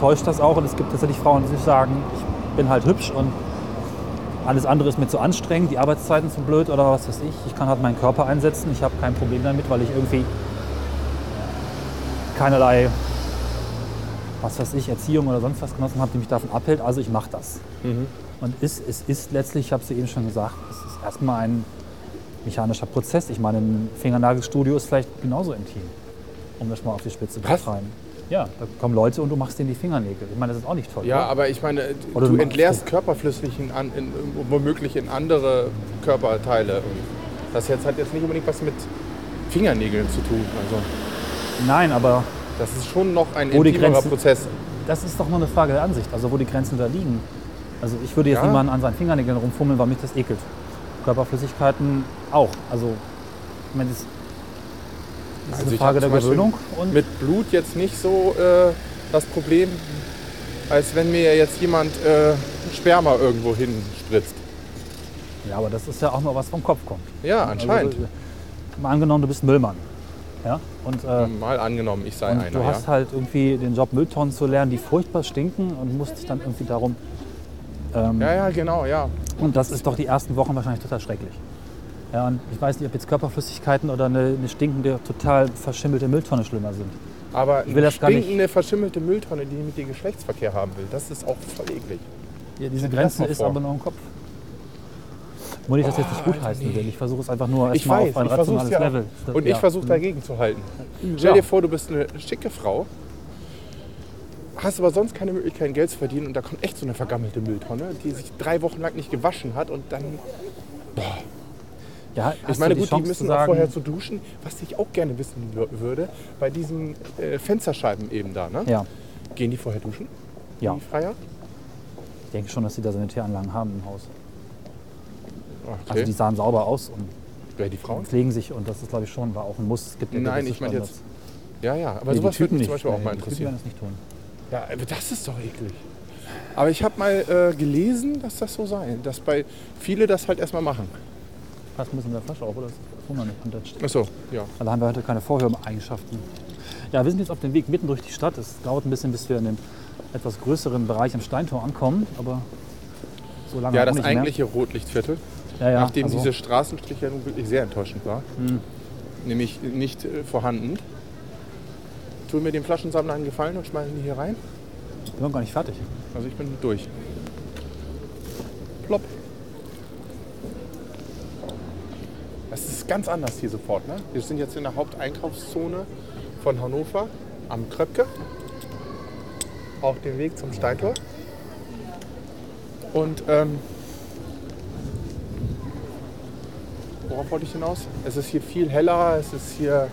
C: täuscht das auch und es gibt tatsächlich Frauen, die sich sagen, ich bin halt hübsch und alles andere ist mir zu anstrengend, die Arbeitszeiten zu blöd oder was weiß ich. Ich kann halt meinen Körper einsetzen, ich habe kein Problem damit, weil ich irgendwie keinerlei, was weiß ich, Erziehung oder sonst was genossen habe, die mich davon abhält. Also ich mache das.
B: Mhm.
C: Und es, es ist letztlich, ich habe es ja eben schon gesagt, es ist erstmal ein mechanischer Prozess. Ich meine, ein Fingernagelstudio ist vielleicht genauso intim, um das mal auf die Spitze zu
B: Was?
C: treiben. Ja, da kommen Leute und du machst denen die Fingernägel. Ich meine, das ist auch nicht toll.
B: Ja,
C: oder?
B: aber ich meine, äh,
C: Oder
B: du
C: du-
B: entleerst Körperflüssigkeiten an, in, äh, womöglich in andere Körperteile. Das jetzt hat jetzt nicht unbedingt was mit Fingernägeln zu tun. Also
C: Nein, aber
B: das ist schon noch ein
C: Wo die
B: intimerer
C: Grenzen-
B: Prozess.
C: das ist doch nur eine Frage der Ansicht, also wo die Grenzen da liegen. Also ich würde jetzt
B: Ja.
C: niemanden an seinen Fingernägeln rumfummeln, weil mich das ekelt. Körperflüssigkeiten auch. Also, ich meine, das, das ist
B: Also
C: eine
B: ich hab
C: Frage der
B: zum Beispiel
C: Gewöhnung. Und
B: Mit Blut jetzt nicht so äh, das Problem, als wenn mir jetzt jemand äh, Sperma irgendwo hinspritzt.
C: ja, aber das ist ja auch mal was vom Kopf kommt.
B: Ja, anscheinend.
C: Also, mal angenommen, du bist Müllmann. Ja? Und, äh,
B: Mal angenommen, ich sei
C: und
B: Hm. einer.
C: du hast
B: ja.
C: halt irgendwie den Job Mülltonnen zu lernen, die furchtbar stinken und musst dich dann irgendwie darum. Ähm,
B: ja, ja, genau, ja.
C: Und das ist doch die ersten Wochen wahrscheinlich total schrecklich. Ja, und ich weiß nicht, ob jetzt Körperflüssigkeiten oder eine, eine stinkende, total verschimmelte Mülltonne schlimmer sind.
B: Aber
C: will
B: eine
C: das gar nicht-
B: stinkende, verschimmelte Mülltonne, die mit dir Geschlechtsverkehr haben will, das ist auch voll eklig.
C: Ja,
B: Stell
C: diese
B: dir das
C: Grenze
B: mal
C: ist
B: vor.
C: aber noch im Kopf. Obwohl ich das jetzt nicht gutheißen will. Ich versuche es einfach nur
B: Oh, Ich
C: erstmal
B: weiß,
C: auf ein
B: ich versuch's
C: rationales
B: ja.
C: Level. Mhm.
B: auch. Und ich versuche dagegen zu halten. Stell dir vor, du bist eine schicke Frau, hast aber sonst keine Möglichkeit, Geld zu verdienen und da kommt echt so eine vergammelte Mülltonne, die sich drei Wochen lang nicht gewaschen hat und dann.
C: ja, hast
B: ich meine,
C: du
B: gut,
C: die
B: die
C: Chance zu
B: müssen auch
C: sagen,
B: vorher zu duschen, was ich auch gerne wissen wür- würde, bei diesen äh, Fensterscheiben eben da, ne?
C: Ja,
B: Gehen die vorher duschen?
C: ja. Also
B: Die Freier?
C: Ich denke schon, dass sie da Sanitäranlagen haben im Haus. Also
B: Okay.
C: die sahen sauber aus und
B: Wer, die Frauen?
C: pflegen sich und das ist, glaube ich, schon war auch ein Muss. Es gibt ja
B: Nein,
C: gewisse
B: ich meine jetzt.
C: Standards.
B: Ja, ja, aber
C: Nee, die
B: sowas würde
C: Typen
B: mich
C: nicht.
B: zum Beispiel auch
C: Nee,
B: mal
C: die Typen
B: interessieren.
C: werden das nicht tun.
B: Ja, aber das ist doch eklig. Aber ich habe mal äh, gelesen, dass das so sei, dass bei viele das halt erstmal machen.
C: Passt ein bisschen in der Flasche auf, oder? Das ist noch nicht unterstützt.
B: Achso, ja.
C: Also haben wir heute keine Vorhöreigenschaften. Ja, wir sind jetzt auf dem Weg mitten durch die Stadt. Es dauert ein bisschen, bis wir in dem etwas größeren Bereich am Steintor ankommen, aber so lange
B: Ja,
C: auch
B: das
C: nicht
B: eigentliche Rotlichtviertel,
C: mehr. Ja, ja,
B: nachdem
C: also,
B: diese Straßenstriche nun wirklich sehr enttäuschend war, nämlich nicht äh, vorhanden, tun mir den Flaschensammler einen Gefallen und schmeißen die hier rein.
C: Wir sind gar nicht fertig.
B: Also ich bin durch. Plopp. Das ist ganz anders hier sofort. Ne? Wir sind jetzt in der Haupteinkaufszone von Hannover am Kröpke. Auf dem Weg zum Steintor. Und ähm, worauf wollte ich hinaus? Es ist hier viel heller, es ist hier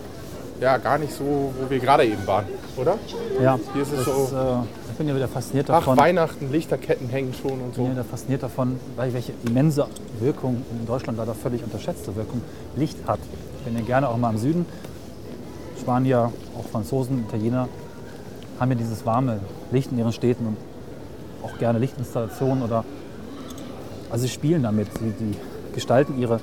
B: ja gar nicht so, wo wir gerade eben waren, oder?
C: Ja,
B: Hier ist es
C: das,
B: so-
C: äh, ich bin ja wieder fasziniert
B: Ach,
C: davon.
B: Weihnachten, Lichterketten hängen schon und
C: Ich
B: so.
C: bin ja wieder fasziniert davon, weil welche immense Wirkung in Deutschland leider völlig unterschätzte Wirkung Licht hat. Ich bin ja gerne auch mal im Süden. Spanier, auch Franzosen, Italiener haben ja dieses warme Licht in ihren Städten und auch gerne Lichtinstallationen oder. Also sie spielen damit. Sie die gestalten ihre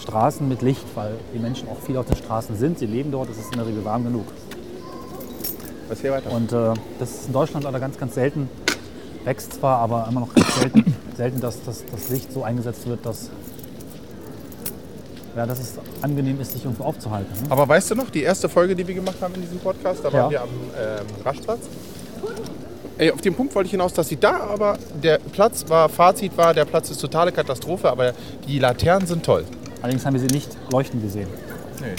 C: Straßen mit Licht, weil die Menschen auch viel auf den Straßen sind. Sie leben dort, es ist in der Regel warm genug.
B: Was hier weiter?
C: Und äh, das ist in Deutschland leider ganz, ganz selten. Wächst zwar, aber immer noch ganz selten, selten dass, dass das Licht so eingesetzt wird, dass, ja, dass es angenehm ist, sich irgendwo aufzuhalten. Ne?
B: Aber weißt du noch, die erste Folge, die wir gemacht haben in diesem Podcast, da waren
C: Ja.
B: wir am ähm, Rastplatz. Ey, auf den Punkt wollte ich hinaus, dass sie da aber, der Platz war, Fazit war, der Platz ist totale Katastrophe, aber die Laternen sind toll.
C: Allerdings haben wir sie nicht leuchten gesehen.
B: Nee.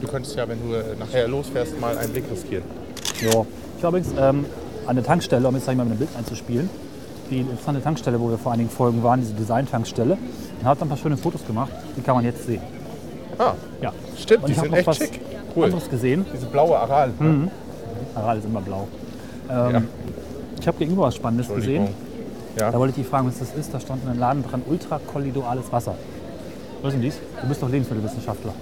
B: Du könntest ja, wenn du äh, nachher losfährst, mal einen Blick riskieren.
C: Jo. Ich war übrigens ähm, an der Tankstelle, um jetzt sag ich mal mit einem Bild einzuspielen, die interessante Tankstelle, wo wir vor einigen Folgen waren, diese Design-Tankstelle, und habe da ein paar schöne Fotos gemacht, die kann man jetzt sehen.
B: Ah,
C: Ja.
B: stimmt,
C: Und
B: die
C: ich hab
B: sind
C: noch
B: echt
C: was
B: schick. Cool.
C: anderes gesehen.
B: Diese blaue Aral. Mhm.
C: Ja, alles immer blau. Ähm, Ich habe gegenüber was Spannendes gesehen. Da wollte ich dich fragen, was das ist. Da stand in einem Laden dran ultrakollidoales Wasser. Was ist denn dies? Du bist doch Lebensmittelwissenschaftler.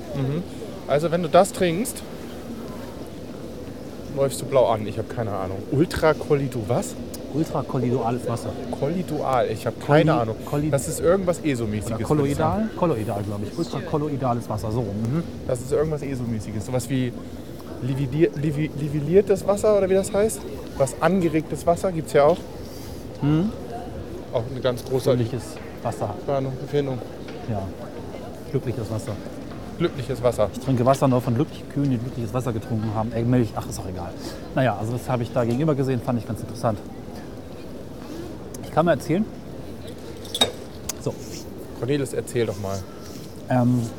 B: Also wenn du das trinkst, läufst du blau an. Ich habe keine Ahnung. Ultra Kollidu was?
C: Ultrakollidoales Wasser.
B: Kollidual. Ich habe keine
C: Kolli-
B: Ahnung.
C: Kolli-
B: das ist irgendwas ESO-mäßiges.
C: Oder
B: würde ich sagen.
C: kolloidal? Kolloidal, glaube ich. Ultrakolloidales Wasser. So. rum. Mhm.
B: Das ist irgendwas ESO-mäßiges. Sowas wie lividier- livi- livelliertes Wasser oder wie das heißt. Was angeregtes Wasser gibt es ja auch.
C: Hm?
B: Auch eine ganz große
C: Glückliches Wasser.
B: Ahnung, Empfindung.
C: Ja. Glückliches Wasser.
B: Glückliches Wasser.
C: Ich trinke Wasser nur von glücklichen Kühen, die glückliches Wasser getrunken haben. Äh, Milch, ach, ist auch egal. Naja, also das habe ich da gegenüber gesehen, fand ich ganz interessant. Ich kann mal erzählen. So,
B: Cornelis, erzähl doch mal.
C: ähm,
B: Ein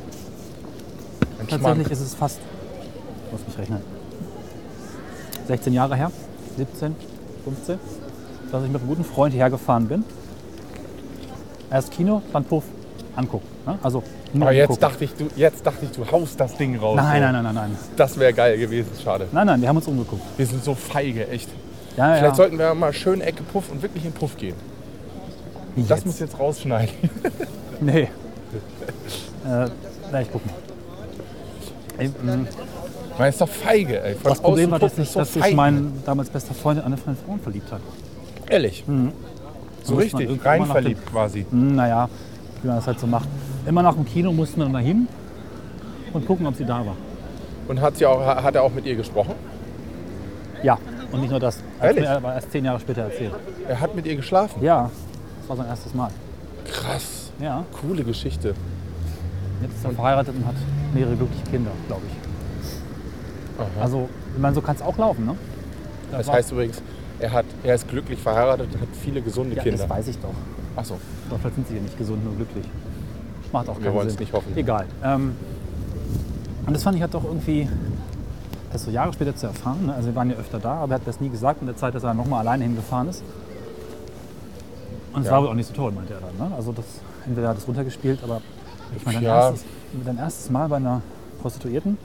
C: Tatsächlich
B: Schmank.
C: ist es fast, muss mich rechnen, 16 Jahre her, 17, 15, dass ich mit einem guten Freund hierher gefahren bin. Erst Kino, dann Puff, angucken. Ne? Also nur
B: Aber jetzt
C: angucken.
B: dachte, ich, du, jetzt dachte ich, du haust das Ding raus.
C: Nein,
B: So.
C: nein, nein, nein, nein.
B: Das wäre geil gewesen. Schade.
C: Nein, nein, wir haben uns umgeguckt.
B: Wir sind so feige, echt.
C: Ja,
B: Vielleicht
C: ja.
B: sollten wir mal schön Ecke Puff und wirklich in Puff gehen.
C: Wie
B: Das
C: jetzt?
B: muss jetzt rausschneiden.
C: Nee. äh, na, ich guck mal. Ey, mh,
B: Man ist doch feige, ey. Von
C: das Problem
B: außen
C: war, dass
B: gucken
C: sich
B: ist so
C: dass sich
B: feige.
C: mein damals bester Freund in eine von den Frauen verliebt hat.
B: Ehrlich. So
C: Hm. Da muss man
B: richtig,
C: irgendwann
B: rein
C: mal nach dem-
B: verliebt quasi.
C: Hm, naja, wie man das halt so macht. Immer nach dem Kino mussten wir dann dahin und gucken, ob sie da war.
B: Und hat, sie auch, hat er auch mit ihr gesprochen?
C: Ja, und nicht nur das. Hat
B: Ehrlich?
C: mir aber erst zehn Jahre später erzählt.
B: Er hat mit ihr geschlafen.
C: Ja, das war sein erstes Mal.
B: Krass.
C: Ja,
B: Coole Geschichte.
C: jetzt ist er verheiratet und hat mehrere glückliche Kinder, glaube ich. Also, ich meine, so kann es auch laufen, ne?
B: Das heißt übrigens, er, hat, er ist glücklich verheiratet und hat viele gesunde
C: ja,
B: Kinder.
C: das weiß ich doch.
B: Achso,
C: Doch, vielleicht sind sie ja nicht gesund, nur glücklich. Macht auch
B: Wir
C: keinen
B: wollen es
C: Sinn.
B: nicht hoffen.
C: Egal. Ähm, und das fand ich halt doch irgendwie, das so Jahre später zu erfahren. Ne? Also wir waren ja öfter da, aber er hat das nie gesagt in der Zeit, dass er nochmal alleine hingefahren ist. Und es
B: Ja.
C: war wohl auch nicht so toll, meinte er dann. Ne? Also das, entweder hat er es runtergespielt, aber ich meine, dein,
B: Ja.
C: erstes, dein erstes Mal bei einer Prostituierten,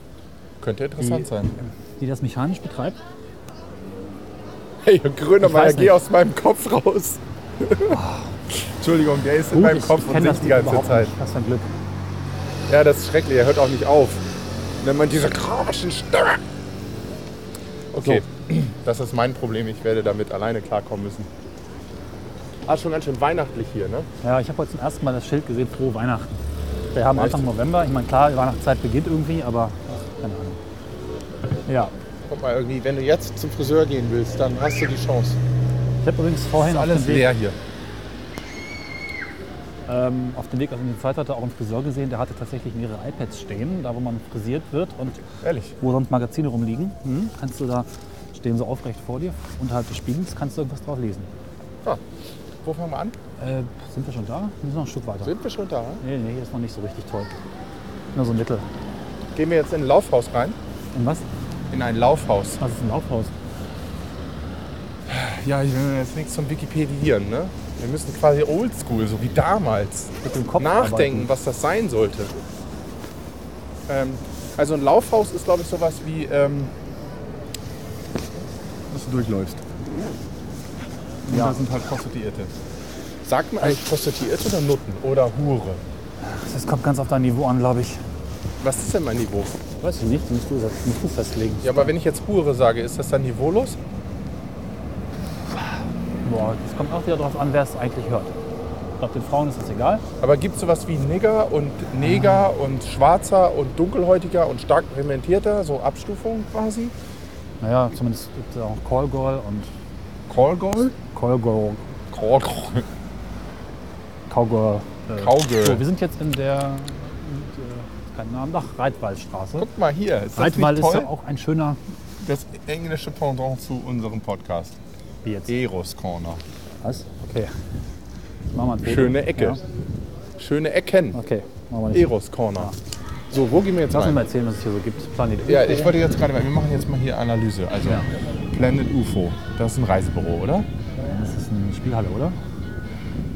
B: könnte interessant
C: Die-
B: sein.
C: die das mechanisch betreibt,
B: Hey,
C: Ich
B: Grönemeyer,
C: weiß
B: geh
C: nicht.
B: aus meinem Kopf raus. Entschuldigung, der ist in meinem
C: ich-
B: Kopf
C: ich
B: und
C: kenn
B: singt
C: das
B: die ganze
C: überhaupt
B: Zeit.
C: Nicht. Was für ein Glück.
B: Ja, das ist schrecklich, er hört auch nicht auf. Wenn man diese komischen Stimme. Okay, das ist mein Problem, ich werde damit alleine klarkommen müssen. Ah, schon ganz schön weihnachtlich hier, ne?
C: Ja, ich habe heute zum ersten Mal das Schild gesehen, frohe Weihnachten. Wir haben
B: Echt?
C: Anfang November. Ich meine, klar, die Weihnachtszeit beginnt irgendwie, aber ach, keine Ahnung. Ja,
B: Guck mal, irgendwie, wenn du jetzt zum Friseur gehen willst, dann hast du die Chance.
C: ich habe übrigens vorhin auf dem, Weg,
B: hier.
C: ähm, auf dem Weg, auf den Zeit hatte, auch einen Friseur gesehen, der hatte tatsächlich mehrere iPads stehen, da wo man frisiert wird und
B: Ehrlich?
C: wo sonst Magazine rumliegen. Hm? Kannst du da stehen so aufrecht vor dir, unterhalb des Spiegels, kannst du irgendwas drauf lesen.
B: Ah, wo fangen wir an?
C: Äh, sind wir schon da? Wir müssen noch ein Stück weiter.
B: Sind wir schon da?
C: Nee, nee, hier ist noch nicht so richtig toll. Nur so ein Mittel.
B: Gehen wir jetzt in ein Laufhaus rein?
C: Und was?
B: In ein Laufhaus.
C: Was ist ein Laufhaus?
B: Ja, ich will jetzt nichts zum Wikipedieren, ne? Wir müssen quasi oldschool, so wie damals.
C: Mit dem Kopf
B: nachdenken,
C: arbeiten.
B: was das sein sollte. Ähm, also ein Laufhaus ist, glaube ich, sowas wie... Ähm, dass du durchläufst. Und
C: Ja.
B: da sind halt Prostituierte. Sagt man eigentlich Prostituierte oder Nutten oder Hure?
C: Das kommt ganz auf dein Niveau an, glaube ich.
B: Was ist denn mein Niveau?
C: Weiß ich nicht, das musst du, das musst du festlegen.
B: Ja, aber wenn ich jetzt Hure sage, ist das dann niveaulos?
C: Boah, das kommt auch wieder darauf an, wer es eigentlich hört. Ich glaube, den Frauen ist das egal.
B: Aber gibt es sowas wie Nigger und
C: Ah.
B: Neger und Schwarzer und Dunkelhäutiger und stark pigmentierter, so Abstufungen quasi?
C: Naja, zumindest gibt es auch Callgirl und
B: Callgirl?
C: Callgirl,
B: Callgirl.
C: Cowgirl. So,
B: Cowgirl.
C: wir sind jetzt in der, mit, äh, keinen Namen, nach Reitwaldstraße.
B: Guck mal hier, ist das
C: Reitwald
B: nicht
C: Halt ist
B: toll?
C: ja auch ein schöner,
B: das englische Pendant zu unserem Podcast.
C: wie jetzt?
B: Eros Corner.
C: Was? Okay. Machen wir ein Foto.
B: Schöne Ecke.
C: Ja.
B: Schöne Ecken.
C: Okay, machen wir nicht.
B: Eros Corner. So, wo gehen wir jetzt
C: Lass uns mal
B: rein?
C: erzählen, was es hier so gibt. Planet Ufo.
B: Ja, ich wollte jetzt gerade, wir machen jetzt mal hier Analyse. Also
C: Ja.
B: Planet UFO, das ist ein Reisebüro, oder?
C: Das ist eine Spielhalle, oder?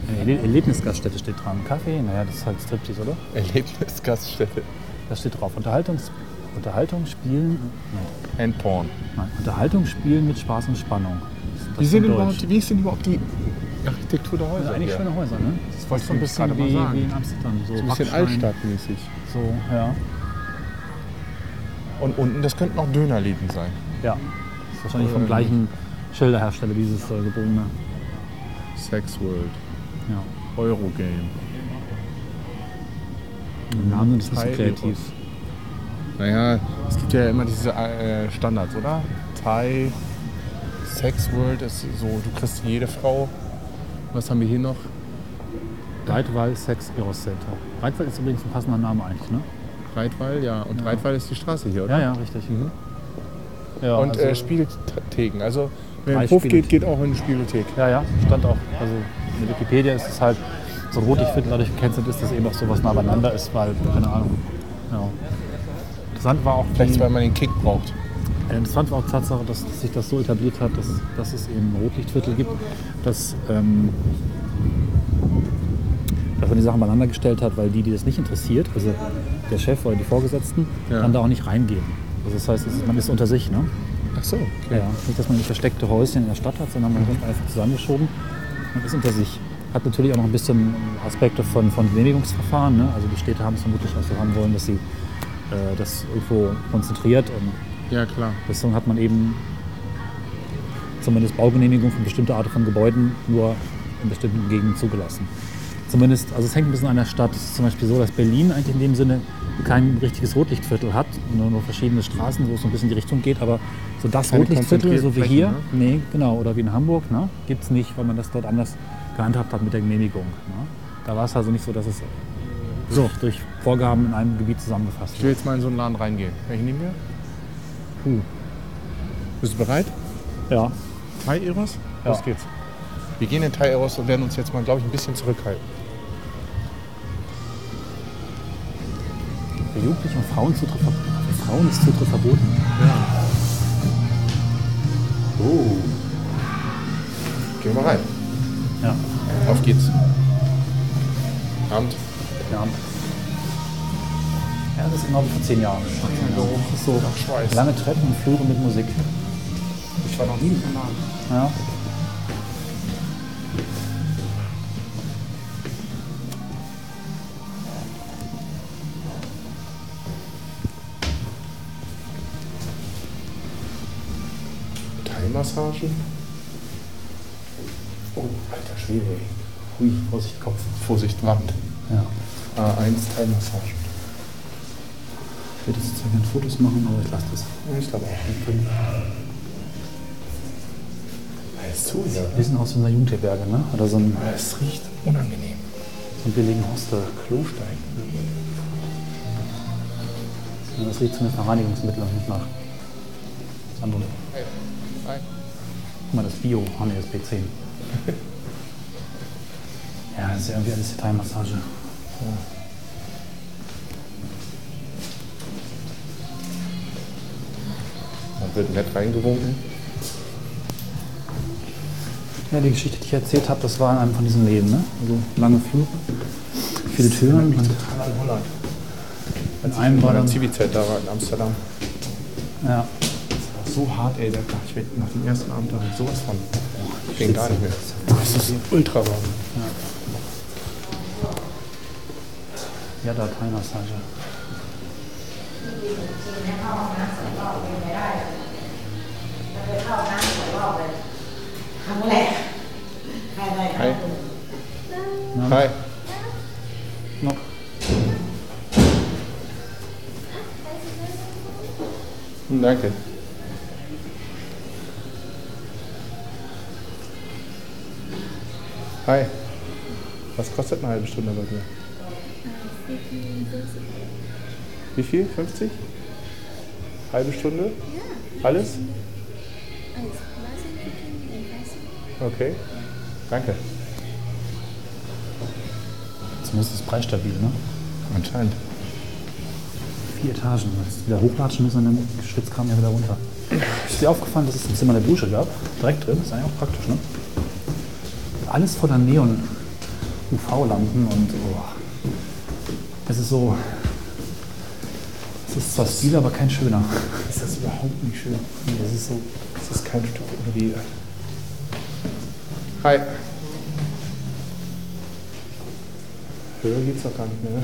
C: Eine Erle- Erlebnisgaststätte steht dran. Kaffee, naja, das ist halt Striptease, oder?
B: Erlebnisgaststätte.
C: Da steht drauf. Unterhaltungs Unterhaltung, Spielen.
B: And Porn.
C: Nein, Unterhaltung, Spielen mit Spaß und Spannung. Das- Das
B: Wie,
C: ist
B: sind
C: Deutsch.
B: überhaupt, wie ist denn überhaupt die Architektur der
C: Das
B: Häuser?
C: sind eigentlich
B: hier?
C: schöne Häuser, ne?
B: Das wollte ich
C: So ein
B: nämlich
C: bisschen
B: gerade
C: wie,
B: mal
C: wie in
B: sagen.
C: Amsterdam. So
B: So ein bisschen
C: Backstein,
B: altstadtmäßig.
C: So, ja.
B: Und unten, das könnten auch Dönerläden sein.
C: Ja. Das ist ähm, wahrscheinlich vom gleichen Schilderhersteller, dieses äh, gebogene.
B: Sex World,
C: Ja.
B: Eurogame.
C: Wir haben uns ein bisschen
B: Thai-Eros.
C: kreativ.
B: Naja, es gibt ja immer diese äh, Standards, oder? Thai, Sex World ist so, du kriegst jede Frau. Was haben wir hier noch?
C: Reitwall Sex Eros Center. Reitwall ist übrigens ein passender Name eigentlich, ne?
B: Reitwall, ja. Und Reitwall ist die Straße hier, oder?
C: Ja, ja, richtig.
B: Mhm.
C: Ja,
B: Und
C: also-
B: äh, Spieltheken. Also, wer in
C: Drei
B: den Hof geht,
C: Spieltheken.
B: geht auch in die Spielothek.
C: Ja, ja, stand auch. Also in der Wikipedia ist es halt so rot, ich finde, dadurch gekennzeichnet ist, dass eben auch sowas nah beieinander ist, weil, keine Ahnung. Ja. Interessant war auch
B: Vielleicht,
C: die,
B: weil man den Kick braucht.
C: äh, interessant war auch die Tatsache, dass sich das so etabliert hat, dass, dass es eben Rotlichtviertel gibt, dass, ähm, dass man die Sachen beieinander gestellt hat, weil die, die das nicht interessiert, also der Chef oder die Vorgesetzten,
B: Ja.
C: dann da auch nicht reingehen. Also das heißt, es ist, man ist unter sich, ne?
B: Ach so.
C: Ja, ja. Nicht, dass man ein versteckte Häuschen in der Stadt hat, sondern man wird einfach zusammengeschoben und ist unter sich. Hat natürlich auch noch ein bisschen Aspekte von, von Genehmigungsverfahren. Ne? Also die Städte haben es vermutlich auch so haben wollen, dass sie äh, das irgendwo konzentriert. Und
B: Ja, klar.
C: deswegen hat man eben zumindest Baugenehmigung für bestimmte Arten von Gebäuden nur in bestimmten Gegenden zugelassen. Zumindest, also es hängt ein bisschen an der Stadt. Es ist zum Beispiel so, dass Berlin eigentlich in dem Sinne kein richtiges Rotlichtviertel hat, nur, nur verschiedene Straßen, wo es so ein bisschen in die Richtung geht, aber so das
B: Keine
C: Rotlichtviertel, so wie
B: konzentrierten
C: hier,
B: Flächen,
C: nee, genau, oder wie in Hamburg, ne, gibt es nicht, weil man das dort anders gehandhabt hat mit der Genehmigung. Ne. Da war es also nicht so, dass es so durch Vorgaben in einem Gebiet zusammengefasst
B: Ich
C: wird.
B: will jetzt mal in so einen Laden reingehen. Welchen nehmen wir?
C: Puh.
B: Bist du bereit?
C: Ja,
B: Thai Eros?
C: Ja.
B: Los geht's. Wir gehen in Thai Eros und werden uns jetzt mal, glaube ich, ein bisschen zurückhalten.
C: für Jugendliche und Frauen, Zutritt, ver- für Frauen ist Zutritt verboten.
B: Gehen wir rein.
C: Ja.
B: Auf geht's. Abend.
C: Ja. Ja, das ist genau wie vor zehn Jahren. Das ist so
B: Schweiß.
C: lange Treppen und Flure mit Musik.
B: Ich war noch nie im Laden.
C: Ja.
B: Thai-Massage? Oh, alter Schwede. ey.
C: Hui, Vorsicht, Kopf.
B: Vorsicht, Wand.
C: Ja.
B: A1 Thai-Massage.
C: Ich würde jetzt zwar gerne Fotos machen, aber ich lasse das.
B: Ich glaube auch. Alles zu, ja.
C: Wir sind aus so einer Jugendherberge, ne? Oder so ein,
B: Es riecht unangenehm.
C: so ein billigen Hostel.
B: Klostein.
C: Ja, Das riecht zumindest nach Reinigungsmittel und nicht nach anderen.
B: Hi.
C: Guck mal, das Bio, ah ne, das B10. ja, das ist ja irgendwie alles Detailmassage.
B: Man wird nett reingewunken.
C: Ja, die Geschichte, die ich erzählt habe, das war in einem von diesen Läden, ne? Also lange Flure, viele Türen und
B: Total in Holland.
C: in einem war
B: Bei der
C: dann...
B: Zivi-Zeit da war in Amsterdam.
C: Ja.
B: So hart, ey. Da dachte ich, werd- nach dem ersten Abend habe ich sowas von. Ging gar nicht mehr. Das ist ultra warm.
C: Ja, Dateimassage. ne?
B: Hi.
C: No.
B: Hm, Danke. Hi. Was kostet eine halbe Stunde bei dir? Wie viel? 50? Halbe Stunde? Alles? Okay. Danke.
C: Zumindest ist es preisstabil, ne?
B: Anscheinend.
C: Vier Etagen. Wenn es wieder hochlatschen müssen, dann schlitzt Kram ja wieder runter. Ist dir aufgefallen, dass es im Zimmer eine Dusche gab? Direkt drin, ist eigentlich auch praktisch, ne? Alles voller Neon, UV-Lampen und oh. Es ist so. Es ist zwar Stil, aber kein schöner.
B: Ist das überhaupt nicht schön?
C: Es ist so.
B: Das ist kein Stück irgendwie. Hi. Höher geht's doch gar nicht mehr, ne?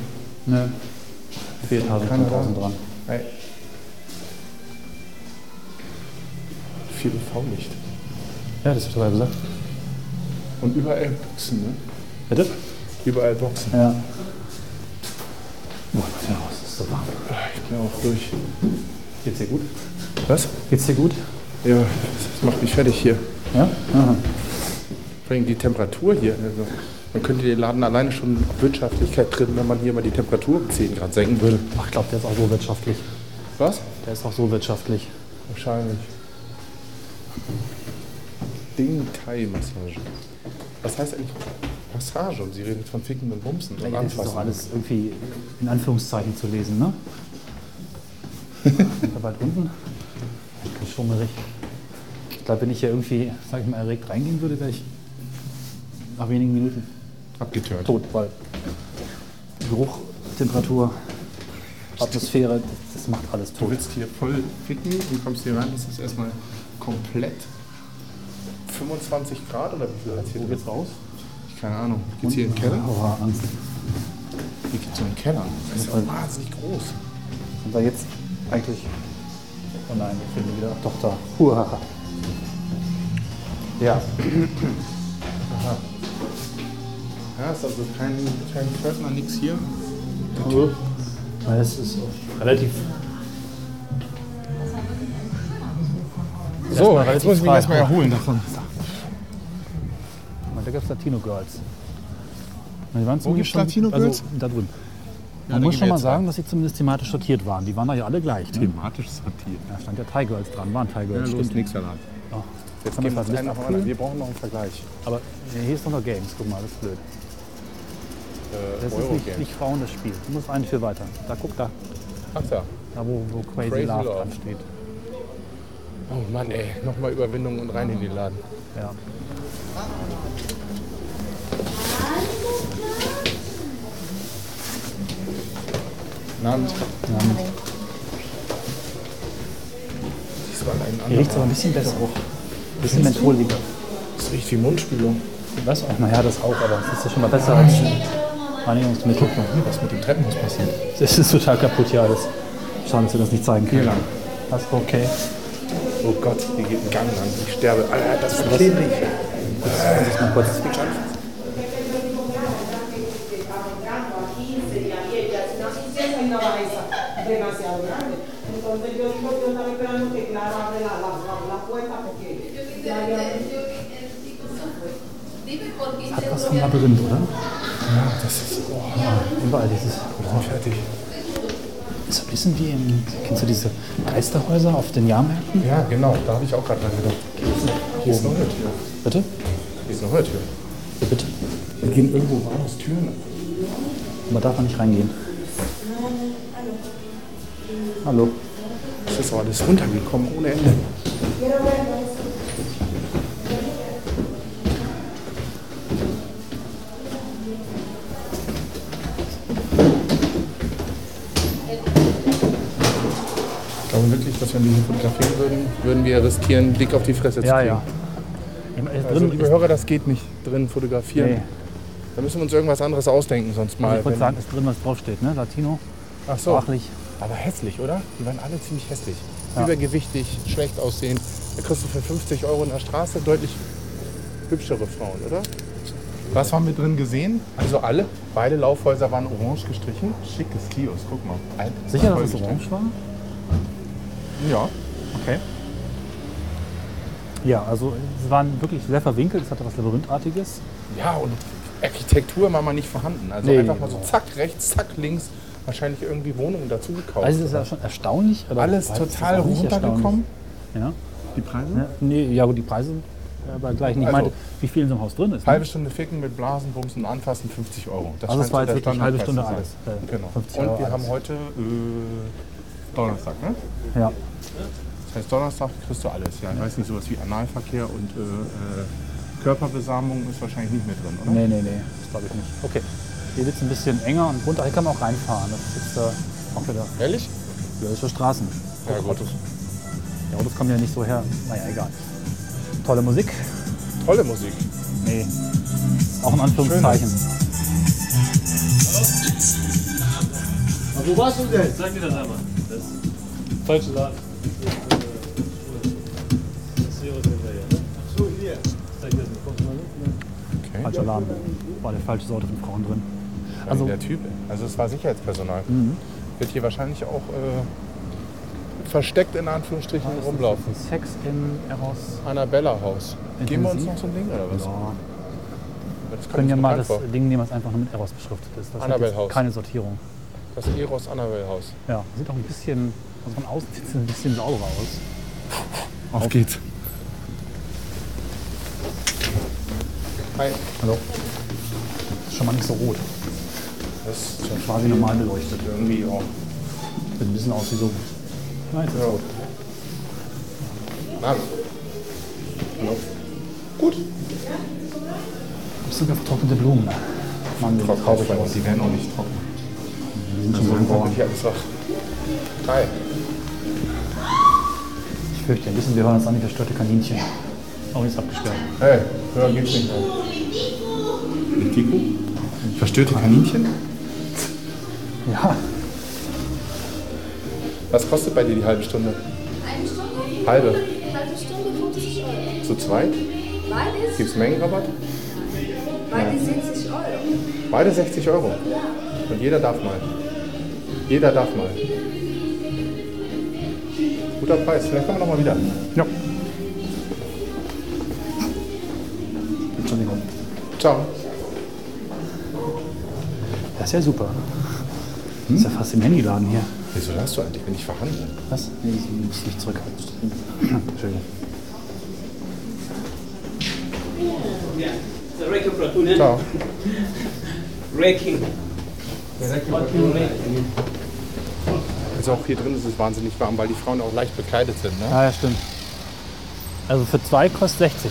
C: Ne. Vier Etagen,
B: Keiner
C: kommt
B: da.
C: draußen dran.
B: Hi. Viel UV-Licht.
C: Ja, das wird ja gesagt.
B: Und überall Boxen, ne?
C: Bitte?
B: Überall Boxen.
C: Ja. Boah, lass mich raus, das ist so warm.
B: Ah, Ich bin auch durch.
C: Geht's dir gut?
B: Was?
C: Geht's dir gut?
B: Ja, das macht mich fertig hier.
C: Ja? Aha.
B: Vor allem die Temperatur hier. Also man könnte den Laden alleine schon auf Wirtschaftlichkeit trimmen, wenn man hier mal die Temperatur um 10 Grad senken würde.
C: Ach, ich glaube, der ist auch so wirtschaftlich.
B: Was?
C: Der ist auch so wirtschaftlich.
B: Wahrscheinlich. Ding Tai Massage. Was heißt eigentlich Massage? Und sie redet von Ficken und Bumsen und
C: Ja, das ist
B: Anfassen.
C: doch alles irgendwie in Anführungszeichen zu lesen, ne? da weit unten. Ganz schwummerig. Ich glaube, wenn ich hier irgendwie, sag ich mal, erregt reingehen würde, wäre ich nach wenigen Minuten
B: Abgetört.
C: tot, weil Geruch, Temperatur, Atmosphäre, das- das macht alles
B: Du
C: tot.
B: willst hier voll ficken und kommst hier rein, das ist erstmal komplett 25 Grad oder wie viel hat's hier drin?
C: raus?
B: Keine Ahnung. Geht's hier in den Keller?
C: Oh, Angst.
B: Hier gibt's so einen Keller. Das ist ja auch wahnsinnig groß.
C: Und da jetzt eigentlich. Oh nein, wir finden wieder. Doch da. Huhaha.
B: Ja. Aha. Ja, ist also kein, kein Pförtner, nix hier.
C: Ja, Es ist relativ.
B: So,
C: Oh, jetzt muss ich mich erstmal
B: erholen davon.
C: Guck mal, Da gab es Latino Girls. Na, die waren zumindest
B: gibt's
C: schon-
B: Latino Girls?
C: Also, da drüben. Man
B: dann
C: muss
B: gehen
C: schon
B: wir
C: mal
B: jetzt
C: sagen, dass sie zumindest thematisch sortiert waren. Die waren doch ja alle gleich. Ne?
E: Thematisch sortiert.
C: Da stand ja Thai Girls dran, waren Thai Girls.
E: Stimmt
C: stimmt.
E: nichts daran.
C: Oh.
B: Jetzt
C: Kann
B: gehen wir uns einen
C: man das List
B: nach dem anderen.
C: abkühlen?
B: Wir brauchen noch einen Vergleich.
C: Aber nee, hier ist doch noch Games. Guck mal, das ist blöd.
B: Äh,
C: Das ist nicht, nicht Frauen das Spiel. Du musst einen für weiter. Da guck da,
B: Ach da.
C: da wo, wo Crazy,
B: Crazy
C: Love
B: Love.
C: dran steht.
B: Oh Mann, ey. Nochmal Überwindung und rein in den Laden.
C: Ja.
B: Namen. Diesmal einen
C: Hier riecht
B: anderen.
C: es aber ein bisschen besser. bisschen mentholiger.
B: Das riecht wie Mundspülung.
C: Was? Ach, naja, das auch, aber es ist ja schon mal besser als ein Reinigungsmittel.
B: Was mit dem Treppenhaus passiert?
C: Das ist total kaputt hier alles. Schade, dass wir das nicht zeigen können.
B: lang.
C: Das ist okay.
B: Oh Gott, hier geht ein Gang lang. Ich sterbe. Alter, das ist
C: klebrig.
B: klebrig.
C: Das mal kurz.
F: demasiado grande. Entonces yo digo, yo estaba esperando que Clara abre la, la- la puerta porque
D: Yo quise
G: Äh,
D: vender- yo que- el tipo supo. Dime por qué
C: Hat
D: te
C: was
D: voy
C: vom
D: a-
C: Labyrinth, oder?
B: Ja, Ah, das ist. Oh,
C: Überall dieses.
B: fertig.
C: Ist so ein bisschen wie im. Kennst du diese Geisterhäuser auf den Jahrmärkten?
B: Ja, genau. Da habe ich auch gerade dran gedacht. Hier ist noch eine Tür.
C: Bitte?
B: Hier ist noch eine Tür.
C: Ja, bitte.
B: Hier gehen irgendwo wahllos Türen.
C: Man darf da nicht reingehen. Hallo.
B: Das ist auch alles runtergekommen ohne Ende. Ich glaube wirklich, dass wenn wir hier fotografieren würden, würden wir riskieren, einen Blick auf die Fresse zu
C: Ja,
B: kriegen.
C: ja. Im- ist
B: Also,
C: drin-
B: liebe
C: ist-
B: Hörer, das geht nicht drin fotografieren.
C: Nee.
B: Da müssen wir uns irgendwas anderes ausdenken, sonst mal.
C: Ich
B: wenn-
C: wollte sagen, ist drin, was draufsteht, ne? Latino,
B: Ach so.
C: sprachlich.
B: Aber hässlich, oder? Die waren alle ziemlich hässlich.
C: Ja.
B: Übergewichtig, schlecht aussehen. Da kriegst du für 50 Euro in der Straße deutlich hübschere Frauen, oder?
E: Was haben wir drin gesehen?
B: Also alle?
E: Beide Laufhäuser waren orange gestrichen. Schickes Kiosk, guck mal. Alt-
C: Sicher, dass
E: voll
C: es orange war?
E: gestrichen. Ja, okay.
C: Ja, also es waren wirklich sehr verwinkelt, es hatte was Labyrinthartiges.
B: Ja, und Architektur war mal nicht vorhanden. Also
C: Nee.
B: einfach mal so zack rechts, zack links. Wahrscheinlich irgendwie Wohnungen dazu gekauft.
C: Also es ist ja schon erstaunlich. aber
B: Alles
C: wobei, das ist
B: total
C: auch nicht
B: runtergekommen.
C: erstaunlich.
E: Die Preise?
C: Ja, ja. Nee, ja, gut, die Preise sind äh, aber gleich nicht. Ich
B: Also-
C: meinte, wie viel in so einem Haus drin ist. ne?
B: Halbe Stunde ficken mit Blasen, Bumsen, Anfassen, 50 Euro. Das
C: Also es
B: scheint
C: war
B: so
C: jetzt
B: der
C: wirklich halbe Stunde
B: Standardpreis zu sein.
C: Eis, äh,
B: Genau.
C: 50
B: Und
C: Euro
B: wir
C: Eis.
B: haben heute äh, Donnerstag, ne?
C: ja.
B: Das heißt, Donnerstag kriegst du alles. Ja, ich weiß nicht, sowas wie Analverkehr und äh, äh, Körperbesamung ist wahrscheinlich nicht mehr drin, oder?
C: Nee, nee, nee, das glaube ich nicht. Okay. Hier wird es ein bisschen enger und bunter. Hier kann man auch reinfahren. Das ist jetzt äh, auch wieder
B: Ehrlich?
C: blöde Straßen.
B: Ja, gut.
C: Die Autos kommen ja nicht so her. Naja, egal. Tolle Musik.
B: Tolle Musik.
C: Nee. Auch in Anführungszeichen.
H: Wo warst du denn?
I: Sag mir das einmal. Das falsche Laden. Das wäre das ja, ne?
H: So, hier.
I: Zeig das mal. Komm mal.
C: Falscher Laden. War der falsche Sorte von Frauen drin.
B: Also
C: Also- Mhm.
B: der Typ. Also es war Sicherheitspersonal. Wird hier wahrscheinlich auch äh, versteckt in
C: Ah,
B: Anführungsstrichen rumlaufen.
C: Sex im Eros.
B: Annabella Haus.
C: Intensiv?
B: Geben wir uns noch so ein Ding oder was?
C: Ja.
B: Das kommt
C: Können wir
B: uns
C: mal
B: bekannt
C: das
B: vor.
C: Ding nehmen, was einfach nur mit Eros beschriftet ist. Das hat
B: Annabelle
C: jetzt
B: Haus.
C: keine Sortierung.
B: Das Eros Annabelle Haus.
C: Ja, sieht auch ein bisschen, also von außen sieht es ein bisschen sauberer aus.
E: Auf geht's.
B: Hi.
C: Hallo. Ist schon mal nicht so rot.
B: Das ist schon
C: Quasi normal beleuchtet.
B: irgendwie auch.
C: Sieht ein bisschen aus wie so. Nein, das ist rot.
B: Na, hallo. Gut.
C: Das sind sogar vertrocknete Blumen. Mann, die sieht traurig aus.
B: Die werden auch nicht trocken.
C: Die sind schon so
B: Boah.
C: geboren.
B: Ich alles wach. Hi.
C: Ich fürchte, wissen Sie, wir hören das an die verstörte Kaninchen. Auch ist abgesperrt.
B: Hey, höher geht's nicht. Tico? Verstörte Kaninchen?
C: Ja,
B: Was kostet bei dir die halbe Stunde?
G: Eine Stunde?
B: Halbe.
G: Halbe Stunde 50 Euro.
B: Zu zweit?
G: Beides?
B: Gibt's Mengenrabatt?
G: Beides 60 Euro.
B: Beide 60 Euro. Und jeder darf mal. Jeder darf mal. Guter Preis, vielleicht kommen wir nochmal wieder.
C: Entschuldigung.
B: Ciao.
C: Das ist ja super. Das ist ja fast im Handyladen hier.
B: Wieso lachst du eigentlich, wenn ich verhandle?
C: Was? Nee, ich muss nicht zurückhalten. Entschuldigung.
H: Rekin Platoon,
B: Ciao.
H: Rekin.
B: Also auch hier drin ist es wahnsinnig warm, weil die Frauen auch leicht bekleidet sind, ne?
C: Ah, ja, stimmt. Also für zwei kostet 60.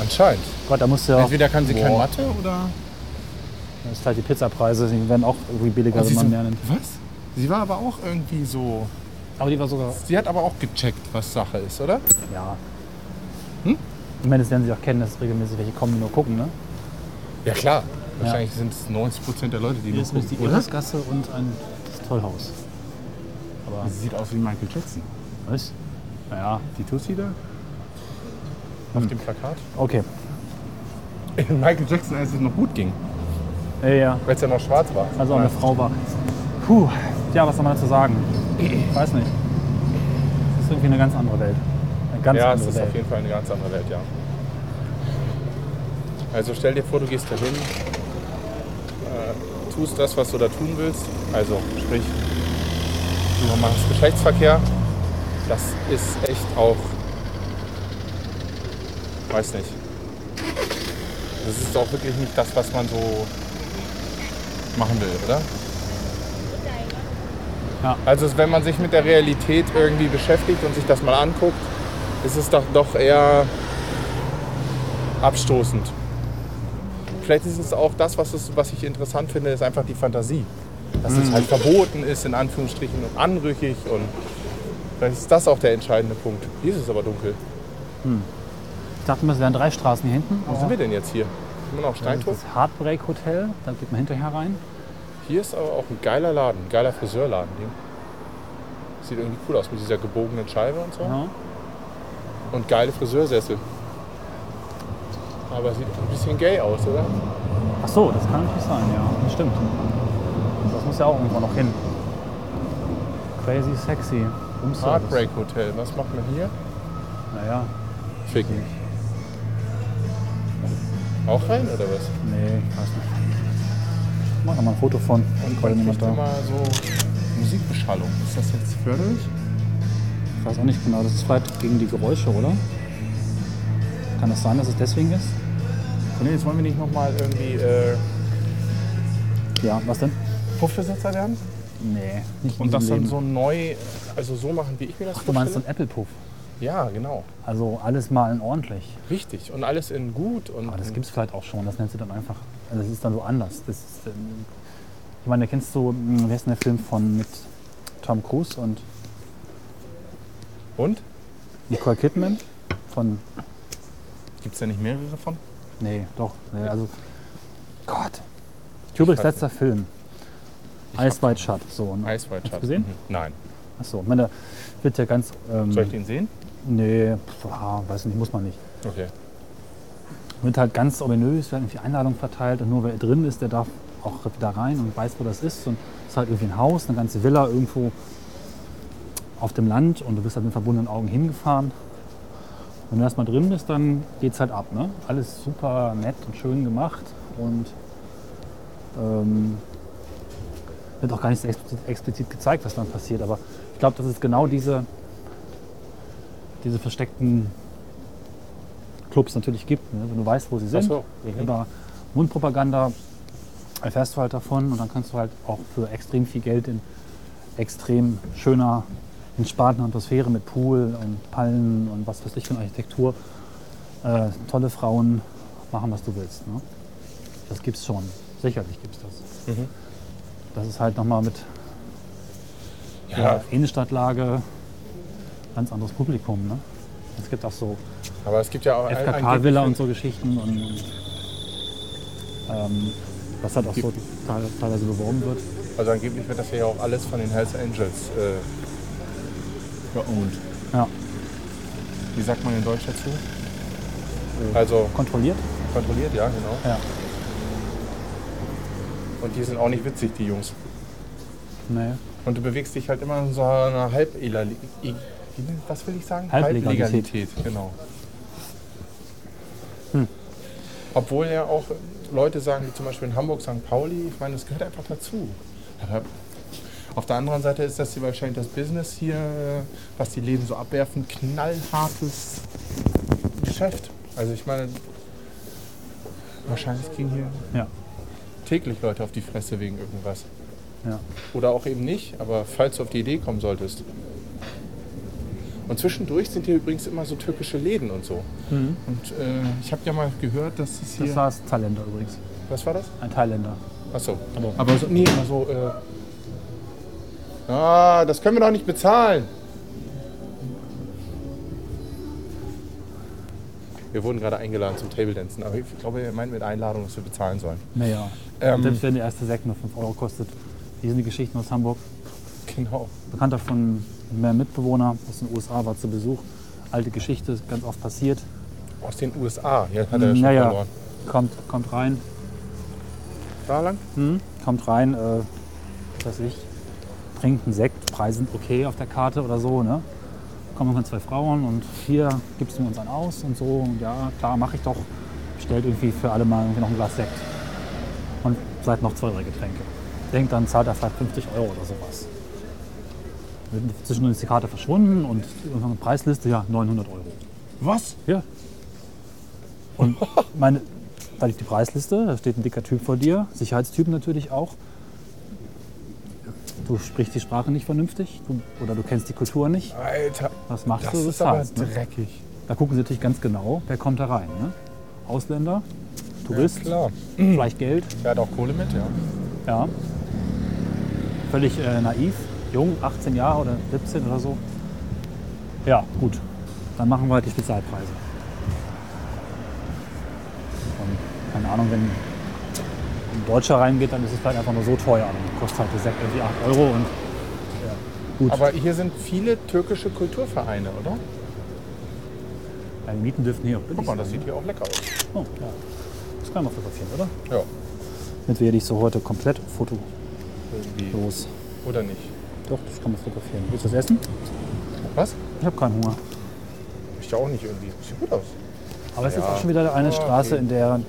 B: Anscheinend.
C: Gott, da musst du ja auch,
B: Entweder kann sie kein
C: Boah.
B: Mathe oder...
C: das ist halt die Pizzapreise, die werden auch irgendwie billiger, wenn man mehr nimmt.
B: was? Sie war aber auch irgendwie so...
C: Aber die war sogar,
B: Sie hat aber auch gecheckt, was Sache ist, oder?
C: ja. Hm? Ich meine, das werden sie auch kennen, dass regelmäßig welche kommen, die nur gucken, ne?
B: Ja, klar. Wahrscheinlich sind es 90% der Leute, die
C: Hier
B: nur
C: ist nämlich die
B: gucken, oder?
C: Ebersgasse und ein das Tollhaus. Aber,
E: Sie sieht aus wie Michael Jackson.
C: was? Naja,
E: Die Tussi da?
B: Auf dem Plakat.
C: okay.
B: Michael Jackson, als es noch gut ging.
C: Ja, ja.
B: Weil es ja noch schwarz war.
C: Also auch eine Frau war. Puh, ja, was soll man dazu sagen? Ich weiß nicht. Das ist irgendwie eine ganz andere Welt. Eine ganz
B: Ja, es
C: andere
B: ist
C: Welt.
B: auf jeden Fall eine ganz andere Welt, ja. Also stell dir vor, du gehst dahin, äh, tust das, was du da tun willst. Also sprich, du machst Geschlechtsverkehr. Das ist echt auch, weiß nicht. Das ist auch wirklich nicht das, was man so machen will, oder?
C: Ja.
B: Also wenn man sich mit der Realität irgendwie beschäftigt und sich das mal anguckt, ist es doch, doch eher abstoßend. Vielleicht ist es auch das, was, es, was ich interessant finde, ist einfach die Fantasie. Dass es halt verboten ist, in Anführungsstrichen, und anrüchig. Und vielleicht ist das auch der entscheidende Punkt. Hier ist es aber dunkel.
C: Ich dachte immer, es wären drei Straßen hier hinten.
B: Wo sind wir denn jetzt hier? Immer noch
C: das ist
B: Steintor?
C: das Heartbreak Hotel, da geht man hinterher rein.
B: Hier ist aber auch ein geiler Laden, ein geiler Friseurladen. Die- Sieht irgendwie cool aus mit dieser gebogenen Scheibe und so.
C: Ja.
B: Und geile Friseursessel. Aber sieht ein bisschen gay aus, oder?
C: Ach so, das kann natürlich sein, ja. Das stimmt. Das muss ja auch irgendwann noch hin. Crazy sexy. Room Service.
B: Heartbreak Hotel. Was macht man hier?
C: Naja,
B: Ficken. Auch rein oder was?
C: nee, ich weiß nicht. Ich mach da mal ein Foto von.
B: Und
C: Weil
B: man
C: nämlich
B: kriegt
C: da.
B: immer so Musikbeschallung. Ist das jetzt förderlich?
C: Ich weiß auch nicht genau, das ist vielleicht gegen die Geräusche, oder? Kann das sein, dass es deswegen ist?
B: Oh Nee, jetzt wollen wir nicht nochmal irgendwie äh,
C: Ja, was denn?
B: Puffbesitzer werden?
C: Nee, nicht in
B: Und das
C: diesem
B: dann
C: Leben.
B: so neu, also so machen, wie ich mir das
C: Du meinst so
B: vorstelle?
C: einen Apple-Puff.
B: Ja, genau.
C: Also alles malen ordentlich.
B: Richtig. Und alles in gut und
C: Aber das gibt es vielleicht auch schon, das nennt sie dann einfach. Also das ist dann so anders. Das ist, ähm, ich meine, da kennst du, mh, wie heißt denn der Film von mit Tom Cruise und
B: Und?
C: Nicole Kidman? Von.
B: Gibt es da nicht mehrere von?
C: Nee, doch. Nee, also. Gott. Kubricks
B: weiß
C: letzter Film. Ice White Shut. So, ne?
B: Ice White
C: Hast du
B: Shut.
C: gesehen?
B: Mhm. Nein.
C: Achso, ich meine, da wird ja ganz. Ähm,
B: Soll ich den sehen?
C: Nee, pf, ah, weiß nicht, muss man nicht.
B: Okay.
C: Wird halt ganz ominös, werden irgendwie Einladungen verteilt und nur wer drin ist, der darf auch da rein und weiß, wo das ist. Und es ist halt irgendwie ein Haus, eine ganze Villa irgendwo auf dem Land und du bist halt mit verbundenen Augen hingefahren. Wenn du erstmal drin bist, dann geht's halt ab. Ne? Alles super nett und schön gemacht und ähm, wird auch gar nicht so explizit, explizit gezeigt, was dann passiert. Aber ich glaube, das ist genau diese, diese versteckten Clubs natürlich gibt. Ne? Wenn du weißt, wo sie sind,
B: so,
C: über Mundpropaganda erfährst du halt davon und dann kannst du halt auch für extrem viel Geld in extrem schöner, entspannter Atmosphäre mit Pool und Palmen und was weiß ich für eine Architektur. Äh, tolle Frauen machen, was du willst. Ne? Das gibt's schon. Sicherlich gibt's das. Das ist halt nochmal mit ja. Innenstadtlage ganz anderes Publikum. Ne? Es gibt auch so
B: Aber es gibt ja auch ein- ein-
C: FKK-Villa und so Geschichten und, und ähm, was halt auch so teil- teilweise beworben wird.
B: Also angeblich wird das hier ja auch alles von den Hells Angels äh, geowned.
C: Ja,
B: Wie sagt man in Deutsch dazu? Also
C: kontrolliert.
B: kontrolliert, ja, genau.
C: Ja.
B: Und die sind auch nicht witzig, die Jungs.
C: Nee.
B: Und du bewegst dich halt immer in so einer Halblegalität. Was will ich sagen?
C: Halblegalität.
B: genau. Obwohl ja auch Leute sagen, wie zum Beispiel in Hamburg, St. Pauli, ich meine, das gehört einfach dazu. Aber auf der anderen Seite ist das hier wahrscheinlich das Business hier, äh, was die Läden so abwerfen, knallhartes Geschäft. Also ich meine, wahrscheinlich kriegen hier
C: Ja.
B: täglich Leute auf die Fresse wegen irgendwas.
C: Ja.
B: Oder auch eben nicht, aber falls du auf die Idee kommen solltest. Und zwischendurch sind hier übrigens immer so türkische Läden und so. Und äh, ich habe ja mal gehört, dass es hier.
C: Das saß Thailänder übrigens.
B: was war das?
C: Ein Thailänder.
B: Achso.
C: Aber-
B: Aber so, nee, aber so. Äh, ah, das können wir doch nicht bezahlen. Wir wurden gerade eingeladen zum Table Dancen, aber ich glaube, er meint mit Einladung, dass wir bezahlen sollen.
C: Naja.
B: Ähm.
C: Selbst wenn der erste Sekt nur 5 Euro kostet. Hier sind die Geschichten aus Hamburg.
B: Genau.
C: Bekannter von mehr Mitbewohner aus den USA war zu Besuch. Alte Geschichte, ist ganz oft passiert.
B: Aus den USA. Hier hat er schon verloren.
C: kommt, kommt rein.
B: Da lang?
C: kommt rein, äh, was weiß ich, trinkt einen Sekt, Preise sind okay auf der Karte oder so, ne? Kommen dann zwei Frauen und hier gibst du mir uns einen aus und so, und ja, klar, mache ich doch. Stellt irgendwie für alle mal irgendwie noch ein Glas Sekt. Und seid noch zwei, drei Getränke. Denkt dann, zahlt er vielleicht 50 Euro oder sowas. Wird Zwischendurch ist die Karte verschwunden und irgendwann eine Preisliste, ja, 900 Euro.
B: Was?
C: Ja. Und meine, da liegt die Preisliste, da steht ein dicker Typ vor dir, Sicherheitstyp natürlich auch. Du sprichst die Sprache nicht vernünftig du, oder du kennst die Kultur nicht.
B: Alter,
C: Was machst
B: das
C: du? Du
B: ist aber
C: zahlst, ne?
B: dreckig.
C: Da gucken sie natürlich ganz genau, wer kommt da rein. Ne? Ausländer, Tourist,
B: Klar.
C: vielleicht Geld,
B: Der hat auch Kohle mit, ja.
C: ja. Völlig äh, naiv, jung, 18 Jahre oder 17 oder so. Ja, gut. Dann machen wir halt die Spezialpreise. Und keine Ahnung, wenn ein Deutscher reingeht, dann ist es vielleicht einfach nur so teuer. Dann kostet halt der Sekt irgendwie 8 Euro und gut.
B: Aber hier sind viele türkische Kulturvereine, oder?
C: Beim Mieten dürfen hier.
B: Guck mal, das sieht hier auch lecker aus.
C: Oh, ja. Das kann man fotografieren, oder?
B: Ja,
C: Sind wir nicht so heute komplett fotolos.
B: irgendwie. Oder nicht?
C: Doch, das kann man fotografieren. Willst du das essen?
B: Was?
C: Ich habe keinen Hunger.
B: Ich ja auch nicht irgendwie. Sieht gut aus.
C: Aber es ist
B: Ja.
C: auch schon wieder eine Straße, in der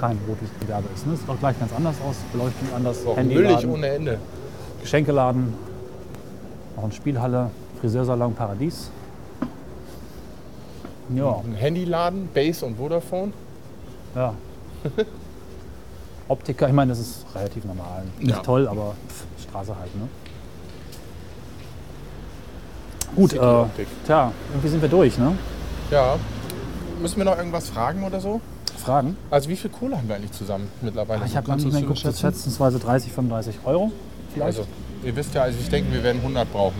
C: kein rotes Gewerbe ist. Ne? Es sieht auch gleich ganz anders aus, Beleuchtung anders,
B: Auch müllig
C: Handyladen,
B: ohne Ende.
C: Geschenkeladen, noch eine Spielhalle, Friseursalon Paradies. Ja,
B: Ein Handyladen, Base und Vodafone.
C: ja. Optiker, ich meine, das ist relativ normal. Nicht
B: Ja.
C: toll, aber pff, Straße halt. Ne? Gut, äh,
B: Optik.
C: tja, irgendwie sind wir durch, ne?
B: Ja. Müssen wir noch irgendwas fragen oder so?
C: Fragen?
B: Also wie viel Kohle haben wir eigentlich zusammen mittlerweile?
C: Ah, Ich habe lange
B: Kannst
C: nicht mehr
B: du's
C: geguckt,
B: schätzen?
C: schätzungsweise 30, 35 Euro. Vielleicht.
B: Also, ihr wisst ja, also ich denke, wir werden 100 brauchen.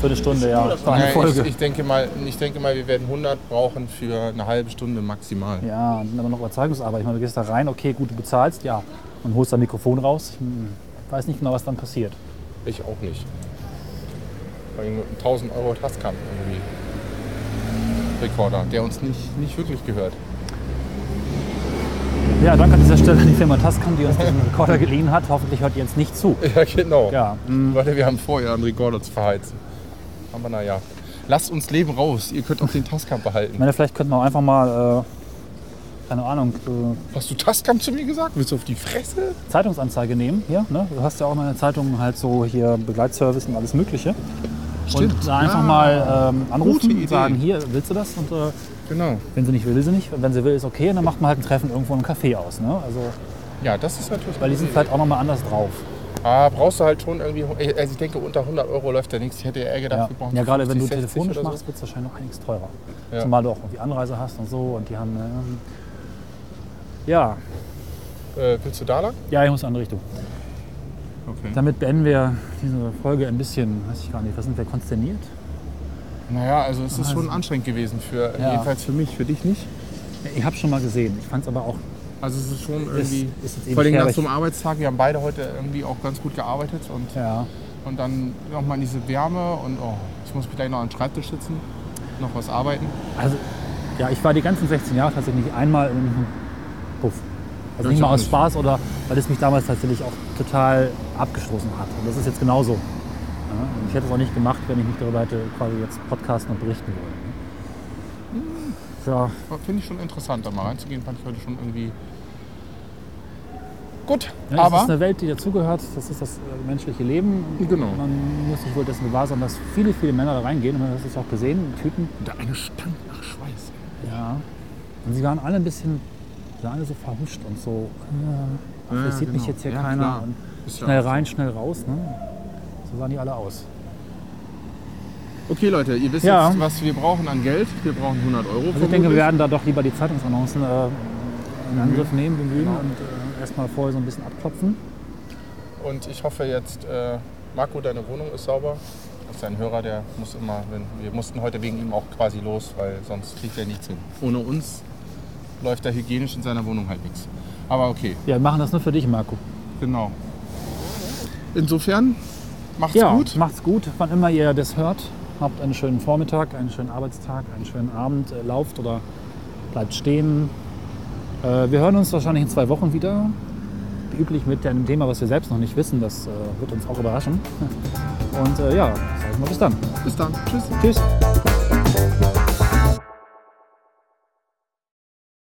C: Für eine Stunde, ja. Das war eine
B: Ja,
C: Folge.
B: Ich, ich, denke mal, ich denke mal, wir werden 100 brauchen für eine halbe Stunde maximal.
C: Ja, und dann aber noch Überzeugungsarbeit. Ich meine, du gehst da rein, okay, gut, du bezahlst, ja. Und holst dein Mikrofon raus. Ich hm, weiß nicht genau, was dann passiert.
B: Ich auch nicht. Weil nur ein 1000 Euro Tascam irgendwie. Rekorder, der uns nicht, nicht wirklich gehört.
C: Ja, danke an dieser Stelle an die Firma Tascam, die uns diesen Rekorder geliehen hat. Hoffentlich hört ihr jetzt nicht zu.
B: Ja, genau.
C: Ja, hm,
B: Leute, wir haben vor, ja, einen Rekorder zu verheizen. Aber naja. Lasst uns leben raus. Ihr könnt auch den Tascam
C: ich
B: behalten.
C: meine, vielleicht könnten wir auch einfach mal, äh, keine Ahnung, äh,
B: Hast du Tascam zu mir gesagt? Willst du auf die Fresse?
C: Zeitungsanzeige nehmen. Hier, ne? Du hast ja auch mal in der Zeitung halt so hier Begleitservice und alles Mögliche. Und da einfach
B: Ah,
C: mal ähm, anrufen
B: gute
C: und
B: Idee.
C: sagen, hier, willst du das? Und äh,
B: Genau.
C: Wenn sie nicht will, will sie nicht. Und Wenn sie will, ist okay. Und dann macht man halt ein Treffen irgendwo im Café aus. Ne? Also,
B: Ja, das ist natürlich.
C: weil die sind halt- vielleicht auch nochmal anders drauf.
B: Ah, brauchst du halt schon irgendwie. Also ich denke, unter 100 Euro läuft ja nichts. Ich hätte ja eher gedacht,
C: Ja,
B: wir brauchen
C: ja gerade wenn du
B: 50, 60
C: telefonisch
B: oder so.
C: machst, wird es wahrscheinlich noch einiges teurer.
B: Ja.
C: Zumal du auch irgendwie Anreise hast und so. Und die haben. Ähm, ja.
B: Äh, willst du da lang?
C: ja, ich muss in eine andere Richtung.
B: Okay.
C: Damit beenden wir diese Folge ein bisschen, weiß ich gar nicht, was sind wir konsterniert?
B: Naja, also es ist schon anstrengend gewesen für
C: Ja.
B: jedenfalls für mich, für dich nicht.
C: Ich habe schon mal gesehen. Ich fand es aber auch.
B: Also es ist schon irgendwie.
C: ist jetzt ewig
B: vor allem
C: her,
B: nach
C: aber
B: so einem
C: ich-
B: Arbeitstag. Wir haben beide heute irgendwie auch ganz gut gearbeitet und,
C: Ja.
B: und dann nochmal in diese Wärme und oh, ich muss mich gleich noch an den Schreibtisch sitzen, noch was arbeiten.
C: Also, ja, ich war die ganzen 16 Jahre tatsächlich nicht einmal in einem Puff. Also
B: ich
C: nicht mal
B: auch
C: aus
B: nicht.
C: Spaß oder weil es mich damals tatsächlich auch total abgestoßen hat. Und das ist jetzt genauso. Ja, und ich hätte es auch nicht gemacht, wenn ich nicht darüber hätte quasi jetzt podcasten und berichten wollen. ne? Ja,
B: Finde ich schon interessant, da mal reinzugehen. Fand ich heute schon irgendwie gut.
C: ja, es ist
B: aber
C: eine Welt, die dazugehört. Das ist das äh, menschliche Leben.
B: Genau.
C: Man muss sich wohl dessen gewahr sein, dass viele, viele Männer da reingehen. Und man hat es auch gesehen, Typen.
B: der eine stank nach Schweiß.
C: Ja. Und sie waren alle ein bisschen, sie waren alle so verhuscht und so. Äh, ach,
B: Ja,
C: das sieht mich
B: genau.
C: jetzt hier
B: Ja,
C: keiner.
B: klar.
C: Und
B: Ist ja
C: Schnell
B: auch so.
C: rein, schnell raus. Ne? So sahen die alle aus. Also
B: Okay, Leute, ihr wisst
C: Ja.
B: jetzt, was wir brauchen an Geld. Wir brauchen 100 Euro.
C: Also ich denke, wir
B: vermutlich.
C: werden da doch lieber die Zeitungsannoncen äh, in
B: Mhm.
C: Angriff nehmen, bemühen
B: Genau.
C: und äh, erstmal vorher so ein bisschen abklopfen.
B: Und ich hoffe jetzt, äh, Marco, deine Wohnung ist sauber. Das ist ein Hörer, der muss immer, wenn, wir mussten heute wegen ihm auch quasi los, weil sonst kriegt er nichts hin. Ohne uns läuft er hygienisch in seiner Wohnung halt nichts. Aber okay,
C: Ja, wir machen das nur für dich, Marco.
B: genau. Insofern, macht's
C: ja,
B: gut.
C: macht's gut, wann immer ihr das hört. Habt einen schönen Vormittag, einen schönen Arbeitstag, einen schönen Abend. Äh, lauft oder bleibt stehen. Äh, wir hören uns wahrscheinlich in zwei Wochen wieder. Wie üblich mit einem Thema, was wir selbst noch nicht wissen. Das äh, wird uns auch überraschen. Und äh, ja, sagen wir bis dann.
B: Bis dann. Tschüss.
C: Tschüss.